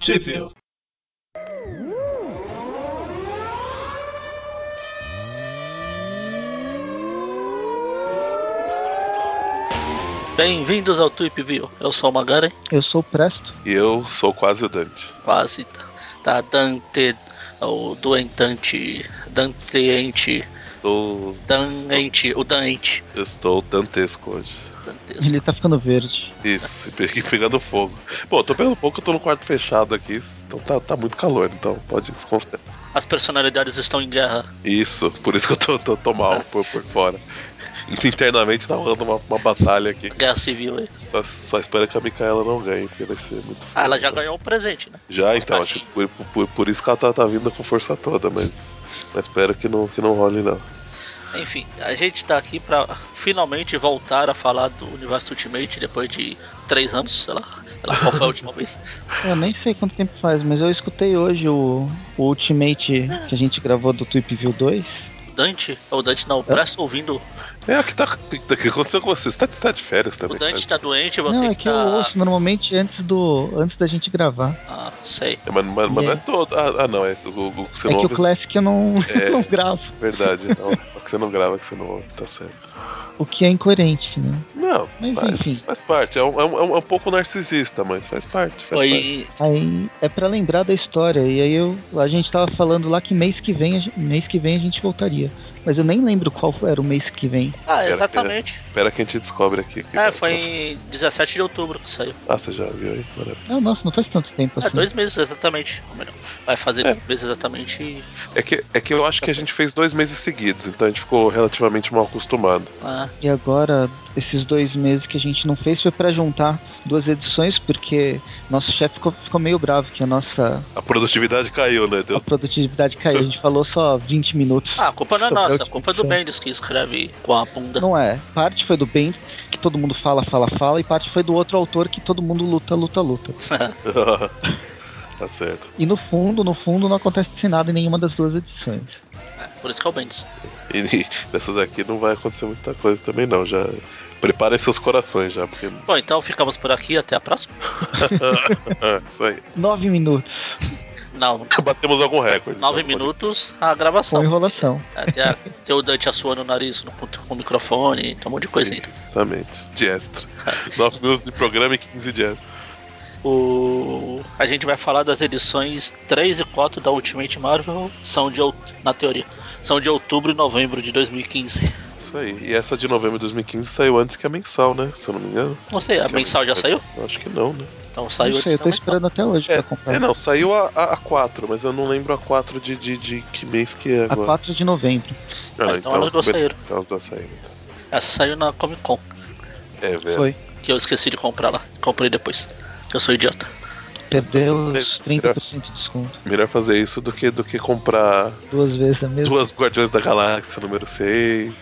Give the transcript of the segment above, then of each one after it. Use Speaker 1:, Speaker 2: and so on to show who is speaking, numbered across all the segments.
Speaker 1: civil.
Speaker 2: Bem-vindos ao Tweep View. Eu sou o Magaren,
Speaker 3: Eu sou o Presto.
Speaker 4: E eu sou quase o Dante.
Speaker 2: quase tá, tá Dante, o doentante, Danteente,
Speaker 4: Estou,
Speaker 2: Danente, o Dante.
Speaker 4: eu estou dantesco hoje.
Speaker 2: Dantesco.
Speaker 3: Ele tá ficando verde.
Speaker 4: Isso, peguei pegando fogo. Bom, eu tô pegando fogo, eu tô no quarto fechado aqui, então tá, tá muito calor, então pode desconsiderar.
Speaker 2: As personalidades estão em guerra.
Speaker 4: Isso, por isso que eu tô, tô, tô mal por, por fora. Internamente tá rolando uma, uma batalha aqui.
Speaker 2: Guerra civil aí.
Speaker 4: Só, só espero que a Micaela não ganhe, porque vai ser muito.
Speaker 2: Ah, ela já ganhou um presente, né?
Speaker 4: Já então, acho que por, por, por isso que ela tá, tá vindo com força toda, mas, mas espero que não, que não role não.
Speaker 2: Enfim, a gente tá aqui pra finalmente voltar a falar do universo Ultimate depois de três anos, sei lá. Sei lá qual foi a última vez.
Speaker 3: Eu nem sei quanto tempo faz, mas eu escutei hoje o, o Ultimate que a gente gravou do Tweep View 2.
Speaker 2: Dante, o Dante não, o Presto ouvindo.
Speaker 4: É, o que tá, o que aconteceu com você? Você tá, você tá de férias
Speaker 2: O
Speaker 4: também?
Speaker 2: Dante tá doente, você
Speaker 3: Não, é
Speaker 2: que
Speaker 3: que eu
Speaker 2: tá.
Speaker 3: ouço normalmente antes do antes da gente gravar.
Speaker 2: Ah, sei.
Speaker 4: É, mas, mas, mas
Speaker 3: E
Speaker 4: não é
Speaker 3: aí?
Speaker 4: todo. Ah, ah, não, é. O, o, o que você
Speaker 3: é que
Speaker 4: não
Speaker 3: o
Speaker 4: ouve.
Speaker 3: Classic eu não,
Speaker 4: É.
Speaker 3: não gravo,
Speaker 4: Verdade, não. O que você não grava, o que você não ouve, tá certo.
Speaker 3: o que é incoerente, né?
Speaker 4: Não,
Speaker 3: Mas, enfim.
Speaker 4: faz, faz parte. É um, é, um, é um- é um pouco narcisista, mas faz parte. Faz
Speaker 2: Foi.
Speaker 4: parte.
Speaker 3: Aí é pra lembrar da história. E aí eu, a gente tava falando lá que mês que vem, a gen- mês que vem a gente voltaria. Mas eu nem lembro qual era o mês que vem.
Speaker 2: Ah,
Speaker 4: pera.
Speaker 2: exatamente.
Speaker 4: Espera que a gente descobre aqui. Tipo, que
Speaker 2: É,
Speaker 4: vai-
Speaker 2: foi em 17 de outubro que saiu.
Speaker 4: Ah, você já viu aí? Maravilha.
Speaker 3: Ah, nossa, não faz tanto tempo
Speaker 2: É,
Speaker 3: assim.
Speaker 2: dois meses exatamente. Ou melhor, vai fazer
Speaker 4: É.
Speaker 2: dois meses exatamente.
Speaker 4: É que, é que eu acho que a gente fez dois meses seguidos, então a gente ficou relativamente mal acostumado.
Speaker 2: Ah,
Speaker 3: E agora, esses dois meses que a gente não fez foi pra juntar duas edições, porque nosso chefe ficou, ficou meio bravo que a nossa
Speaker 4: A produtividade caiu, né?
Speaker 3: a
Speaker 4: Deu...
Speaker 3: produtividade caiu. A gente falou só 20 minutos.
Speaker 2: Ah, a culpa não é
Speaker 3: Sobre a
Speaker 2: nossa, a
Speaker 3: última
Speaker 2: culpa é do
Speaker 3: edição.
Speaker 2: Bendis que escreve com a bunda.
Speaker 3: Não é. Parte foi do Bendis, que todo mundo fala, fala, fala, e parte foi do outro autor que todo mundo luta, luta, luta.
Speaker 4: tá certo.
Speaker 3: E no fundo, no fundo, não acontece nada em nenhuma das duas edições.
Speaker 2: Por isso que é o Bendis.
Speaker 4: E nessas aqui não vai acontecer muita coisa também, não. Já preparem seus corações já, porque.
Speaker 2: Bom, então ficamos por aqui, até a próxima.
Speaker 4: Ah, isso aí.
Speaker 3: Nove minutos,
Speaker 2: Não,
Speaker 4: Batemos algum recorde.
Speaker 2: nove
Speaker 4: Então,
Speaker 2: minutos a
Speaker 3: com
Speaker 2: gravação.
Speaker 3: enrolação.
Speaker 2: Até a, tem o Dante assoando o nariz no, com o microfone, tem um monte de coisinha.
Speaker 4: Exatamente. De extra. 9 minutos de programa e 15 de extra.
Speaker 2: O, a gente vai falar das edições 3 e 4 da Ultimate Marvel, são de, out- na teoria, são de outubro e novembro de 2015.
Speaker 4: Isso aí. E essa de novembro de 2015 saiu antes que a mensal, né? Se eu não me engano.
Speaker 2: Não sei, a
Speaker 4: Que
Speaker 2: mensal já saiu?
Speaker 4: Eu Acho que não, né?
Speaker 2: Então saiu
Speaker 3: não sei, eu
Speaker 2: antes da
Speaker 3: tô
Speaker 2: mensal.
Speaker 3: esperando até hoje pra comprar.
Speaker 4: É, não, saiu a, a, a 4, mas eu não lembro a 4 de, de, de que mês que é
Speaker 3: A
Speaker 4: agora.
Speaker 3: 4 de novembro.
Speaker 4: Ah, não,
Speaker 2: Ah, então elas duas saíram.
Speaker 4: Então as duas saíram. então.
Speaker 2: Essa saiu na Comic Con,
Speaker 4: É, velho.
Speaker 3: Foi.
Speaker 2: que eu esqueci de comprar lá. Comprei depois. que Eu sou idiota.
Speaker 3: Perdeu os 30% de desconto.
Speaker 4: Melhor fazer isso do que, do que comprar
Speaker 3: Duas vezes a mesma.
Speaker 4: duas Guardiões da Galáxia número 6.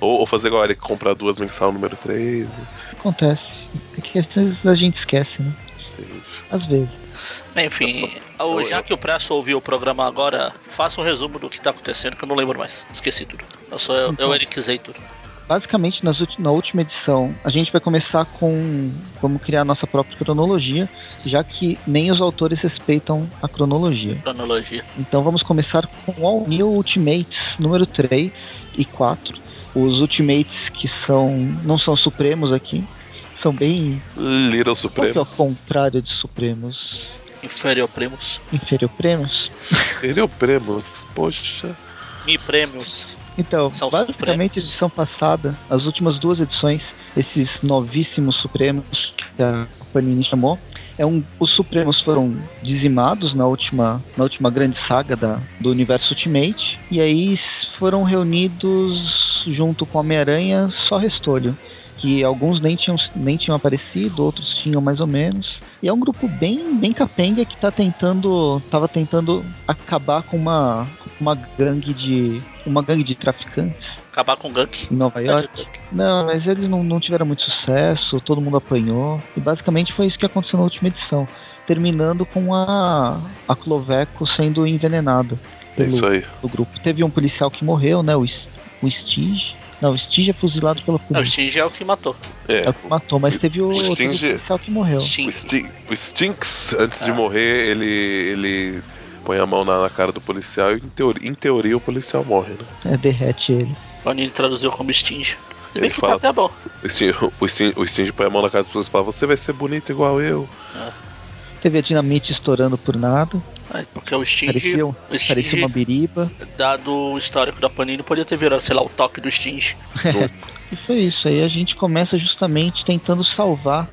Speaker 4: Ou, ou fazer igual a Eric, comprar duas mensal número 3.
Speaker 3: Acontece. É que às vezes a gente esquece, né? Às vezes.
Speaker 2: Enfim,
Speaker 4: eu-
Speaker 2: o- já que o Presto ouviu o programa agora, faça um resumo do que tá acontecendo, que eu não lembro mais. Esqueci tudo. Eu sou eu, eu
Speaker 3: Então.
Speaker 2: eriquizei tudo.
Speaker 3: Basicamente, nas ulti- na última edição, a gente vai começar com. Vamos criar a nossa própria cronologia, já que nem os autores respeitam a cronologia.
Speaker 2: Cronologia.
Speaker 3: Então vamos começar com All New Ultimates número 3 e 4. Os Ultimates que são. não são supremos aqui. São bem.
Speaker 4: Little
Speaker 3: Qual que é o
Speaker 4: Supremos.
Speaker 3: contrário de supremos?
Speaker 2: Inferior Prêmios.
Speaker 3: Inferior prêmios?
Speaker 4: Little Premos. Poxa.
Speaker 2: Mi Prêmios.
Speaker 3: Então,
Speaker 2: São os
Speaker 3: basicamente,
Speaker 2: Supremos.
Speaker 3: edição passada, as últimas duas edições, esses novíssimos Supremos que a Panini chamou, é um, os Supremos foram dizimados na última, na última grande saga da, do universo Ultimate, e aí s- foram reunidos junto com Homem-Aranha só Restolho, que alguns nem tinham, nem tinham aparecido, outros tinham mais ou menos. E é um grupo bem, bem capenga que tá tentando. tava tentando acabar com uma, uma gangue de. uma gangue de traficantes
Speaker 2: Acabar com o Gunk.
Speaker 3: em Nova York. Não, mas eles não, não tiveram muito sucesso, todo mundo apanhou. E basicamente foi isso que aconteceu na última edição. Terminando com a, a Cloveco sendo envenenada
Speaker 4: É isso aí.
Speaker 3: do grupo. Teve um policial que morreu, né? O, S- o Stige. Não, o Sting é fuzilado pela
Speaker 2: Não, o
Speaker 3: polícia.
Speaker 2: Sting é o que matou.
Speaker 4: É.
Speaker 3: É o que matou, mas teve o,
Speaker 4: o
Speaker 3: teve o
Speaker 4: Sting-
Speaker 3: policial que morreu.
Speaker 2: Sting.
Speaker 4: O, Stin- o Stinks, antes de
Speaker 2: um Ah.
Speaker 4: morrer, ele, ele põe a mão na, na cara do policial e, em teoria, em teoria, o policial morre, né?
Speaker 3: É, derrete ele.
Speaker 2: O Anime traduziu como Sting. Se bem
Speaker 4: Ele
Speaker 2: que
Speaker 4: fala-
Speaker 2: tá até bom.
Speaker 4: O Sting, o, Sting, o Sting põe a mão na cara dos pessoas e fala: Você vai ser bonito igual eu.
Speaker 3: Teve a dinamite estourando por nada.
Speaker 2: Mas Porque o Sting,
Speaker 3: Parecia, um-
Speaker 2: o
Speaker 3: parecia
Speaker 2: Sting
Speaker 3: uma biriba.
Speaker 2: dado o histórico da Panini, podia ter virado, sei lá, o toque do Sting.
Speaker 3: E foi isso. Aí a gente começa justamente tentando salvar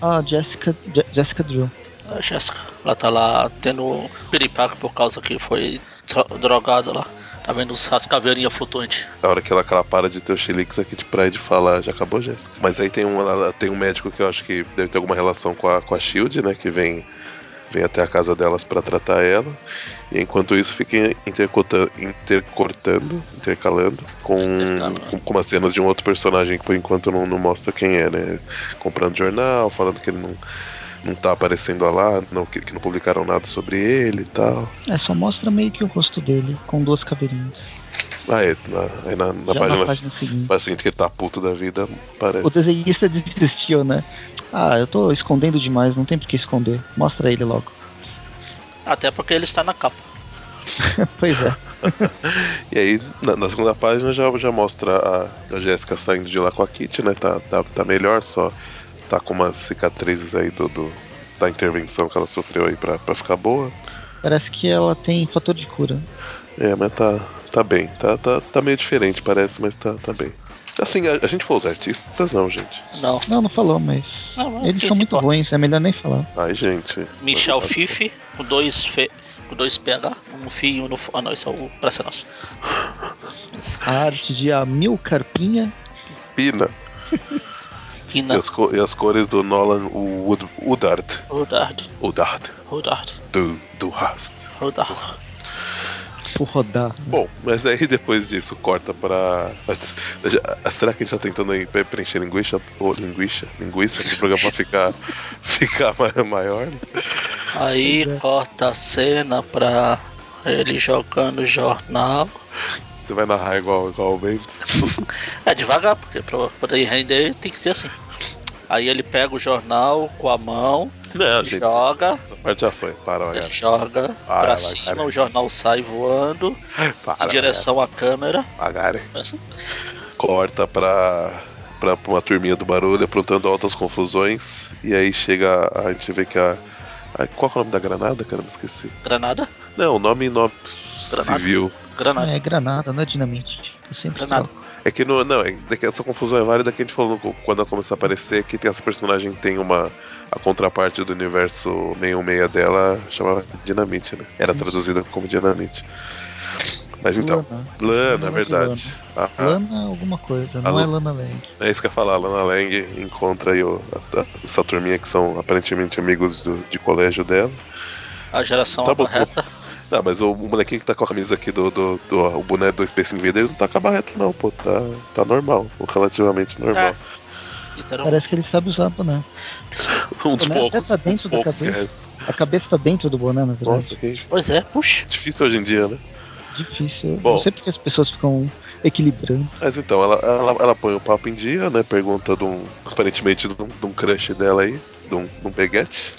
Speaker 3: a Jessica, Je- Jessica Drill.
Speaker 2: A Jéssica, ela tá lá tendo um piripaque por causa que foi dro- drogada lá. Tá vendo os- as caveirinhas flutuantes.
Speaker 4: A hora que ela, que ela para de ter o xilix é aqui de praia de falar, já acabou, Jéssica. Mas aí tem um, ela- tem um médico que eu acho que deve ter alguma relação com a, com a Shield, né? Que vem, vem até a casa delas pra tratar ela. E enquanto isso fica intercortando, intercortando intercalando, com,
Speaker 2: Intercalando.
Speaker 4: com, com umas cenas de um outro personagem que por enquanto não, não mostra quem é, né? Comprando jornal, falando que ele não, não tá aparecendo lá, não, que, que não publicaram nada sobre ele e tal.
Speaker 3: É, só mostra meio que o rosto dele, com duas caveirinhas.
Speaker 4: Ah, é, na, aí na, na
Speaker 3: Já
Speaker 4: página.
Speaker 3: na página seguinte.
Speaker 4: Parece que ele tá puto da vida, parece.
Speaker 3: O desenhista desistiu, né? Ah, eu tô escondendo demais, não tem por que esconder. Mostra ele logo.
Speaker 2: Até porque ele está na capa.
Speaker 3: pois é.
Speaker 4: E aí, na, na segunda página, já, já mostra a, a Jéssica saindo de lá com a Kitty, né? Tá, tá, tá melhor, só tá com umas cicatrizes aí do, do- da intervenção que ela sofreu aí pra, pra ficar boa.
Speaker 3: Parece que ela tem fator de cura.
Speaker 4: É, mas tá, tá bem. Tá, tá, tá meio diferente, parece, mas tá, tá bem. Assim, a, a gente falou os artistas, não, gente.
Speaker 2: Não.
Speaker 3: Não, não falou, mas.
Speaker 2: Não, não,
Speaker 3: Eles são
Speaker 2: quem se
Speaker 3: muito
Speaker 2: importa?
Speaker 3: ruins, é melhor nem falar.
Speaker 4: Ai, gente.
Speaker 2: Michel Fife, com dois, fe... com dois PH, um no FI e um no. F- Ah, não, esse é o Praça Nossa.
Speaker 3: A arte de Amil Carpinha.
Speaker 4: Pina. E
Speaker 2: Rina
Speaker 4: as, co- e as cores do Nolan Wood, Woodard.
Speaker 2: Rodard,
Speaker 4: Woodard.
Speaker 2: Rodard,
Speaker 4: Do, do Hast.
Speaker 2: Rodard.
Speaker 3: Por rodar.
Speaker 4: Bom, mas aí depois disso corta pra. Já- Será que a gente tá tentando aí pre- preencher linguiça? Ou linguiça? Linguiça? Que o programa ficar, ficar ma- maior? né?
Speaker 2: Aí
Speaker 3: Pois é.
Speaker 2: corta a cena pra ele jogando o jornal.
Speaker 4: Você vai narrar igual, igual o Mendes?
Speaker 2: É devagar, porque pra poder render tem que ser assim. Aí ele pega o jornal com a mão,
Speaker 4: Não, gente.
Speaker 2: joga,
Speaker 4: Essa parte já foi. Para,
Speaker 2: ele
Speaker 4: olha.
Speaker 2: joga
Speaker 4: Ah,
Speaker 2: pra
Speaker 4: vai,
Speaker 2: cima,
Speaker 4: cara.
Speaker 2: o jornal sai voando
Speaker 4: Para,
Speaker 2: em direção à câmera.
Speaker 4: Magari.
Speaker 2: Essa-
Speaker 4: Corta pra. Pra pra uma turminha do barulho, aprontando altas confusões. E aí chega. A, a gente vê que a. a- qual que é o nome da granada, cara? Me esqueci.
Speaker 2: Granada?
Speaker 4: Não, nome, nome
Speaker 2: Granada.
Speaker 4: civil.
Speaker 2: Granada.
Speaker 3: É granada, não é dinamite. Eu sempre
Speaker 2: Granada.
Speaker 3: falo.
Speaker 4: É que no, não, é que essa confusão é válida que a gente falou no- quando ela começou a aparecer que tem essa personagem tem uma a contraparte do universo 616 dela chama Dinamite, né? Era
Speaker 3: Isso.
Speaker 4: traduzida como Dinamite. Mas então,
Speaker 3: Lana.
Speaker 4: Lana,
Speaker 3: Lana
Speaker 4: é
Speaker 3: de
Speaker 4: verdade. Ah, ah,
Speaker 3: Lana alguma coisa, não
Speaker 4: Alô?
Speaker 3: é Lana Lang.
Speaker 4: é isso que eu ia falar, a Lana Lang encontra aí o- a- a- essa turminha que são aparentemente amigos do- de colégio dela.
Speaker 2: A geração
Speaker 4: Tá bom,
Speaker 2: correta.
Speaker 4: Não, mas o, o molequinho que tá com a camisa aqui do, do, do- o boneco do Space Invaders não tá com a barreta não, pô, tá, tá normal, relativamente normal.
Speaker 2: É. Então,
Speaker 3: Parece que ele sabe usar boné.
Speaker 4: Um dos
Speaker 3: Né? Até
Speaker 4: poucos.
Speaker 3: tá
Speaker 4: um dos
Speaker 3: dentro da
Speaker 4: poucos que
Speaker 3: cabeça.
Speaker 4: restam.
Speaker 3: A cabeça tá dentro do boné, na verdade.
Speaker 4: Nossa, que
Speaker 2: Pois é, puxa.
Speaker 4: difícil hoje em dia, né?
Speaker 3: Difícil.
Speaker 4: Bom.
Speaker 3: Não sei porque as pessoas ficam equilibrando.
Speaker 4: Mas então, ela, ela, ela põe o papo em dia, né? Pergunta de um. Aparentemente de um, de um crush dela aí, de um, de um peguete.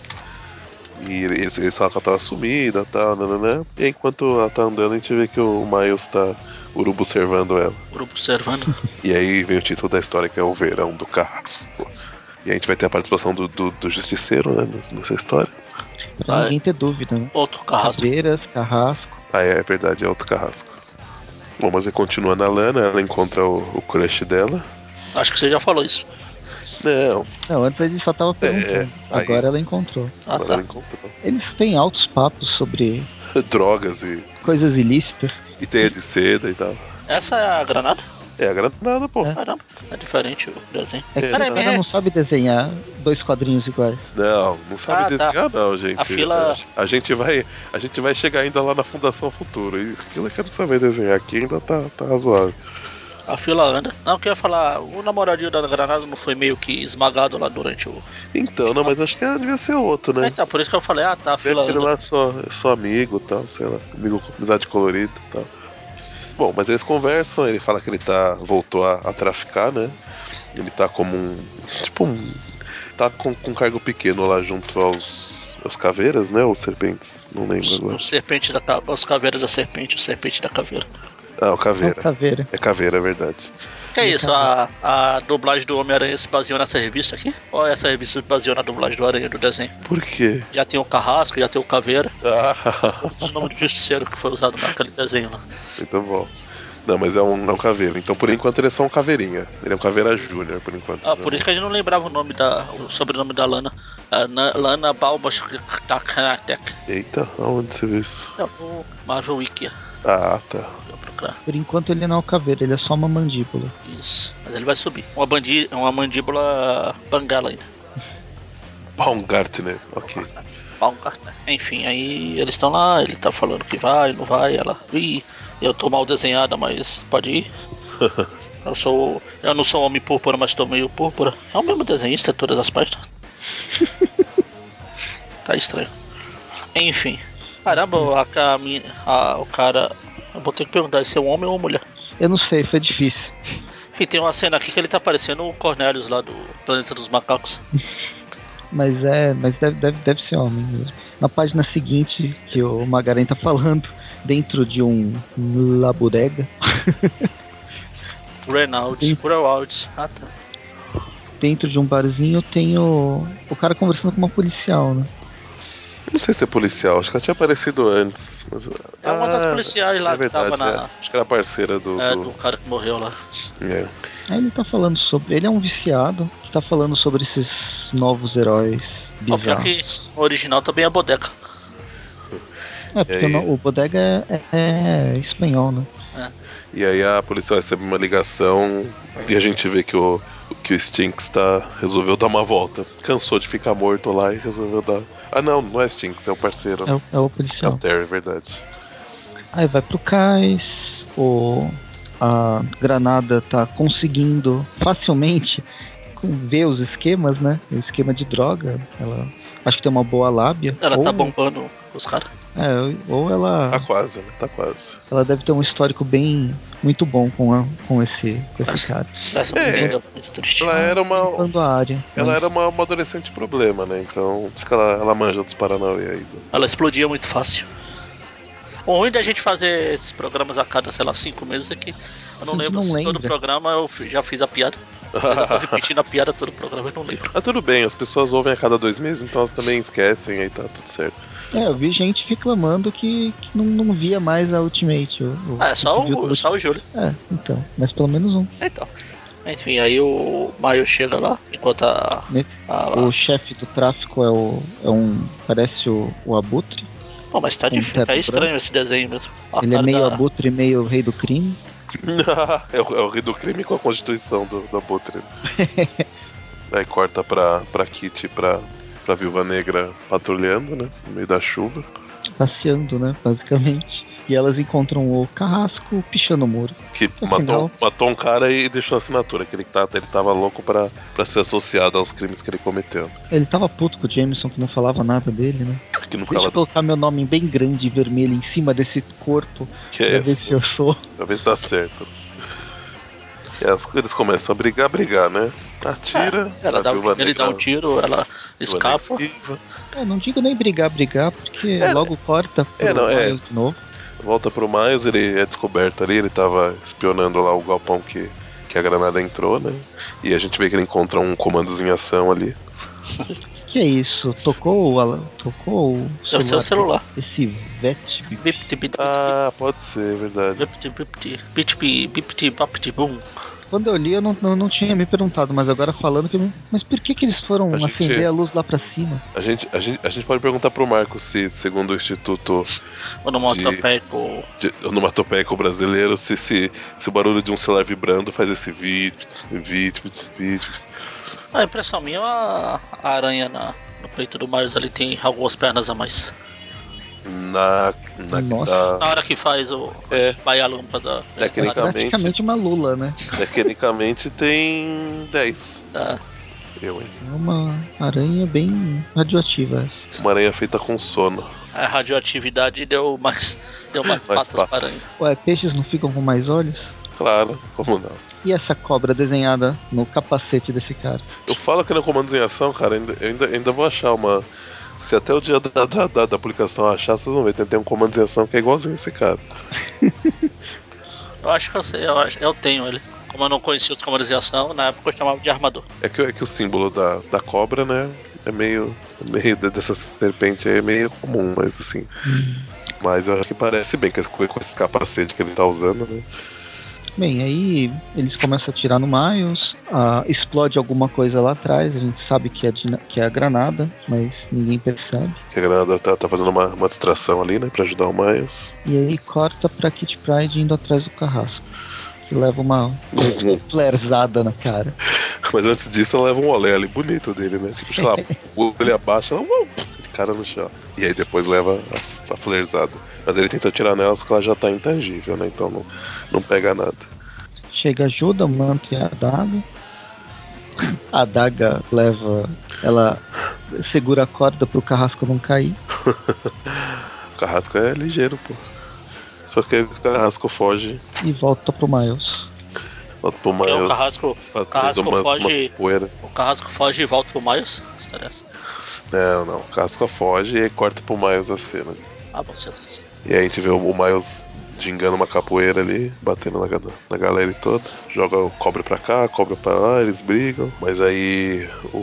Speaker 4: E eles, eles falam que ela tava sumida e tal, nananã. E enquanto ela tá andando, a gente vê que o Miles tá urubu servando ela.
Speaker 2: Grupo observando.
Speaker 4: E aí vem o título da história, que é O Verão do Carrasco. E a gente vai ter a participação do, do, do Justiceiro, né? nessa- Nessa história.
Speaker 3: Pra
Speaker 2: Ah, é.
Speaker 3: ninguém ter dúvida, né?
Speaker 2: Outro carrasco.
Speaker 3: Caveiras, carrasco.
Speaker 4: Ah, é, é verdade, é outro carrasco. Bom, mas aí continua na Lana, ela encontra o, o crush dela.
Speaker 2: Acho que você já falou isso.
Speaker 4: Não,
Speaker 3: Não, antes ele só tava perguntando.
Speaker 4: É, aí-
Speaker 3: Agora ela encontrou.
Speaker 2: Ah,
Speaker 4: ela
Speaker 2: tá.
Speaker 4: não encontrou.
Speaker 3: Eles têm altos papos sobre
Speaker 4: Drogas e,
Speaker 3: coisas ilícitas.
Speaker 4: e teia de seda e tal.
Speaker 2: Essa é a granada?
Speaker 4: É, granada, pô.
Speaker 3: É.
Speaker 2: Caramba, é diferente o desenho.
Speaker 3: É que
Speaker 4: É,
Speaker 3: o cara
Speaker 2: não. é.
Speaker 3: não sabe desenhar dois quadrinhos iguais.
Speaker 4: Não, não sabe
Speaker 2: Ah, tá.
Speaker 4: desenhar, não, gente.
Speaker 2: A fila-
Speaker 4: A, gente vai, a gente vai chegar ainda lá na Fundação Futuro. E aquilo eu quero saber desenhar aqui ainda tá, tá razoável.
Speaker 2: A fila anda. Não, que eu ia falar, o namoradinho da granada não foi meio que esmagado lá durante o.
Speaker 4: Então, não, mas acho que ah, devia ser outro,
Speaker 2: É,
Speaker 4: né?
Speaker 2: tá, por isso que eu falei, ah tá, a
Speaker 4: Vê
Speaker 2: fila
Speaker 4: aquele
Speaker 2: anda.
Speaker 4: lá só, só amigo e tal, sei lá. Amigo com amizade colorida e tal. Bom, mas eles conversam, ele fala que ele tá. voltou a, a traficar, né? Ele tá como um. Tipo um. Tá com, com um cargo pequeno lá junto aos. aos caveiras, né? Ou serpentes? Não lembro
Speaker 2: Os,
Speaker 4: agora.
Speaker 2: os serpente da ca- os caveiras da serpente, o serpente da caveira.
Speaker 4: Ah, o
Speaker 3: É o
Speaker 4: caveira.
Speaker 3: Caveira.
Speaker 4: É caveira, é verdade.
Speaker 2: Que é isso? A, a dublagem do Homem-Aranha se baseou nessa revista aqui? Ou essa revista se baseou na dublagem do Aranha do desenho?
Speaker 4: Por quê?
Speaker 2: Já tem o Carrasco, já tem o Caveira.
Speaker 4: Ah,
Speaker 2: Esse é o nome do justiceiro que foi usado naquele desenho lá.
Speaker 4: muito bom. Não, mas é um, é um caveira. Então, por enquanto, ele é só um caveirinha. Ele é um caveira júnior, por enquanto. né?
Speaker 2: Ah, por isso que a gente não lembrava o nome da. o sobrenome da Lana. A Na- Lana Balbashtakatek.
Speaker 4: Eita, aonde você viu isso?
Speaker 2: É o Marvel Wiki.
Speaker 4: Ah, tá.
Speaker 2: Vou procurar.
Speaker 3: Por enquanto ele não é o caveira, ele é só uma mandíbula.
Speaker 2: Isso. Mas ele vai subir. Uma, bandi, uma mandíbula bangala ainda.
Speaker 4: Baumgartner, ok.
Speaker 2: Baumgartner. Enfim, aí eles estão lá, ele tá falando que vai, não vai, ela. Ih, eu tô mal desenhada, mas pode ir. eu sou. Eu não sou homem púrpura, mas tô meio púrpura. É o mesmo desenhista todas as páginas. tá estranho. Enfim. Caramba, a, ca- a, minha- a- o cara. Eu vou ter que perguntar se é um homem ou uma mulher.
Speaker 3: Eu não sei, foi difícil.
Speaker 2: Enfim, tem uma cena aqui que ele tá parecendo o Cornelius lá do Planeta dos Macacos.
Speaker 3: Mas é. Mas deve, deve, deve ser homem mesmo. Na página seguinte, que o Magaren tá falando, dentro de um laborega,
Speaker 2: Reynolds,
Speaker 3: Sim.
Speaker 2: Reynolds. Ah, tá.
Speaker 3: dentro de um barzinho, tem o, o cara conversando com uma policial, né?
Speaker 4: Eu não sei se é policial, acho que ela tinha aparecido antes. Mas...
Speaker 2: É uma das policiais lá
Speaker 4: é verdade,
Speaker 2: que tava na.
Speaker 4: é. Acho que era parceira do.
Speaker 3: Uhum.
Speaker 2: É, do
Speaker 4: do-
Speaker 2: cara que morreu lá.
Speaker 4: é.
Speaker 3: Aí ele tá falando sobre. Ele é um viciado que tá falando sobre esses novos heróis
Speaker 2: Ó, pior
Speaker 3: bizarros.
Speaker 2: que é o original também é a bodeca.
Speaker 3: É, porque
Speaker 4: aí?
Speaker 3: o no- o Bodega é, é- é espanhol, né?
Speaker 4: E aí a policial recebe uma ligação e a gente vê que o, que o Stinks tá, resolveu dar uma volta. Cansou de ficar morto lá e resolveu dar. Ah, não, não é Stinks, é o parceiro.
Speaker 3: É, o- é o
Speaker 4: É o
Speaker 3: policial.
Speaker 4: Terry, é verdade.
Speaker 3: Aí vai pro cais, o, a Granada tá conseguindo facilmente ver os esquemas, né? O esquema de droga. Ela acho que tem uma boa lábia.
Speaker 2: Ela
Speaker 3: ou,
Speaker 2: tá bombando os caras.
Speaker 3: é, ou ela,
Speaker 4: Tá quase, né? Tá quase.
Speaker 3: ela deve ter um histórico bem muito bom com, a- com esse, com esse cara.
Speaker 2: Essa
Speaker 4: É.
Speaker 2: menina é muito triste.
Speaker 4: Ela era uma.
Speaker 3: Limpando a área. né?
Speaker 4: Ela
Speaker 3: mas-
Speaker 4: era uma, uma adolescente problema, né? Então, acho que ela, ela manja dos Paranauê ainda.
Speaker 2: Ela explodia muito fácil. O ruim da gente fazer esses programas a cada, sei lá, cinco meses é que eu não
Speaker 3: Mas
Speaker 2: lembro
Speaker 3: não
Speaker 2: se todo
Speaker 3: lembra.
Speaker 2: programa eu fi- já fiz a piada. Mas eu tô repetindo a piada todo programa, eu não lembro.
Speaker 4: Ah, tudo bem, as pessoas ouvem a cada dois meses, então elas também esquecem, aí tá tudo certo.
Speaker 3: É, eu vi gente reclamando que, que não, não via mais a Ultimate. O, o-
Speaker 2: Ah, é só
Speaker 3: que viu
Speaker 2: o,
Speaker 3: tudo.
Speaker 2: só o Júlio.
Speaker 3: É, então. Mas pelo menos um.
Speaker 2: Então. Enfim, aí o Maio chega lá, enquanto a.
Speaker 3: Nesse-
Speaker 2: a-
Speaker 3: o chefe do tráfico é o. é um. Parece o, o Abutre.
Speaker 2: Pô, mas tá
Speaker 3: um
Speaker 2: difícil, tá
Speaker 3: teto
Speaker 2: estranho esse desenho mesmo. Ah, tá, A
Speaker 3: Ele é
Speaker 2: cara
Speaker 3: meio
Speaker 2: da-
Speaker 3: Abutre, meio rei do crime.
Speaker 4: é, o, é o rei do crime com a constituição do, do Abutre. aí corta pra, pra Kitty e pra, pra Viúva Negra patrulhando, né? No meio da chuva.
Speaker 3: Passeando, né? Basicamente. E elas encontram o carrasco pichando o muro.
Speaker 4: Que matou, matou um cara e deixou a assinatura, que ele, tá, ele tava louco pra, pra ser associado aos crimes que ele cometeu.
Speaker 3: Ele tava puto com o Jameson que não falava nada dele, né?
Speaker 4: Que não
Speaker 3: Deixa
Speaker 4: cala
Speaker 3: eu colocar meu nome bem grande e vermelho em cima desse corpo
Speaker 4: que
Speaker 3: pra
Speaker 4: é
Speaker 3: ver
Speaker 4: esse.
Speaker 3: se eu sou.
Speaker 4: Pra ver se dá certo. E as- eles começam a brigar, brigar, né? Atira,
Speaker 2: Ela
Speaker 4: a
Speaker 2: dá,
Speaker 4: Viúva
Speaker 2: um- ele dá um
Speaker 4: Negra-
Speaker 2: tiro, ela
Speaker 4: Viúva Negra
Speaker 2: escapa.
Speaker 4: esquiva.
Speaker 3: Eu É, não digo nem brigar, brigar, porque
Speaker 4: É,
Speaker 3: logo corta pro
Speaker 4: é, não, é.
Speaker 3: Miles de novo.
Speaker 4: Volta pro Miles, ele é descoberto ali, ele tava espionando lá o galpão que, que a granada entrou, né? E a gente vê que ele encontra um comandos em ação ali.
Speaker 3: Que é isso? Tocou o Alan? Tocou o
Speaker 2: É o seu celular.
Speaker 3: Esse VET. bicho.
Speaker 2: Vipti, bipti,
Speaker 4: Ah, pode ser, é verdade.
Speaker 2: vipti, vipti, vipti, vipti, vapti, bum.
Speaker 3: Quando eu li, eu não, não, não tinha me perguntado, mas agora falando que. eu me- Mas por que, que eles foram
Speaker 4: A gente-
Speaker 3: acender a luz lá pra cima?
Speaker 4: A gente, a gente, a gente pode perguntar pro Marco se, segundo o Instituto
Speaker 2: Onomatopeia.
Speaker 4: de Onomatopeico Brasileiro, se, se, se o barulho de um celular vibrando faz esse vídeo, vídeo, vídeo.
Speaker 2: A impressão minha, a a aranha na, no peito do Miles ali tem algumas pernas a mais.
Speaker 4: Na. na
Speaker 3: Nossa.
Speaker 2: Na
Speaker 4: na-
Speaker 2: hora que faz o.
Speaker 4: É.
Speaker 2: Vai a lâmpada.
Speaker 4: Daquele- Tecnicamente-
Speaker 3: Praticamente uma lula, né?
Speaker 4: tecnicamente tem 10.
Speaker 2: Ah,
Speaker 4: Eu, hein?
Speaker 3: É uma aranha bem radioativa. essa.
Speaker 4: Uma aranha feita com sono.
Speaker 2: a radioatividade deu mais, deu mais,
Speaker 4: Mais
Speaker 2: patas
Speaker 4: patas.
Speaker 2: para ele.
Speaker 3: Ué, peixes não ficam com mais olhos?
Speaker 4: Claro, como não?
Speaker 3: E essa cobra desenhada no capacete desse cara?
Speaker 4: Eu falo que no Comandos em Ação, cara, ainda, eu ainda, ainda vou achar uma. Se até o dia da, da, da, da publicação eu achar, vocês vão ver. Tem, tem um Comandos em Ação que é igualzinho esse cara.
Speaker 2: Eu acho que eu sei, eu, acho- eu tenho ele. Como eu não conhecia os comandos de ação, na época eu chamava de armador.
Speaker 4: É que, é que o símbolo da, da cobra, né? É meio. é meio de- dessa serpente aí é meio comum, mas assim. Mas eu acho que parece bem que esse- com esse capacete que ele tá usando, né?
Speaker 3: Bem, aí eles começam a atirar no Miles, ah, explode alguma coisa lá atrás, a gente sabe que é, dina- que é a granada, mas ninguém percebe.
Speaker 4: Que a granada tá, tá fazendo uma, uma distração ali, né? Pra ajudar o Miles.
Speaker 3: E aí corta pra Kit Pride indo atrás do carrasco, que leva uma flerzada na cara.
Speaker 4: Mas antes disso, ela leva um olé ali bonito dele, né? Tipo, sei lá, o olho abaixa, ela uau, de cara no chão. E aí depois leva a, a flerzada. Mas ele tenta atirar nelas porque ela já tá intangível, né? Então não, não pega nada.
Speaker 3: Chega ajuda, manto e a adaga. A adaga leva. Ela segura a corda pro carrasco não cair.
Speaker 4: O carrasco é ligeiro, pô. Só que aí o carrasco foge,
Speaker 3: e volta pro Miles.
Speaker 4: volta pro
Speaker 2: Porque É, o
Speaker 4: Miles
Speaker 2: carrasco, o
Speaker 4: fazendo
Speaker 2: carrasco
Speaker 4: umas,
Speaker 2: foge.
Speaker 4: umas poeiras.
Speaker 2: O carrasco foge e volta pro Miles. História é essa?
Speaker 4: Não, não. O carrasco foge e aí corta pro Miles a cena.
Speaker 2: Ah, bom, se é assim.
Speaker 4: E aí a gente vê o Miles gingando uma capoeira ali, batendo na, ga- na galera e toda. Joga o cobre pra cá, cobra pra lá, eles brigam. Mas aí o,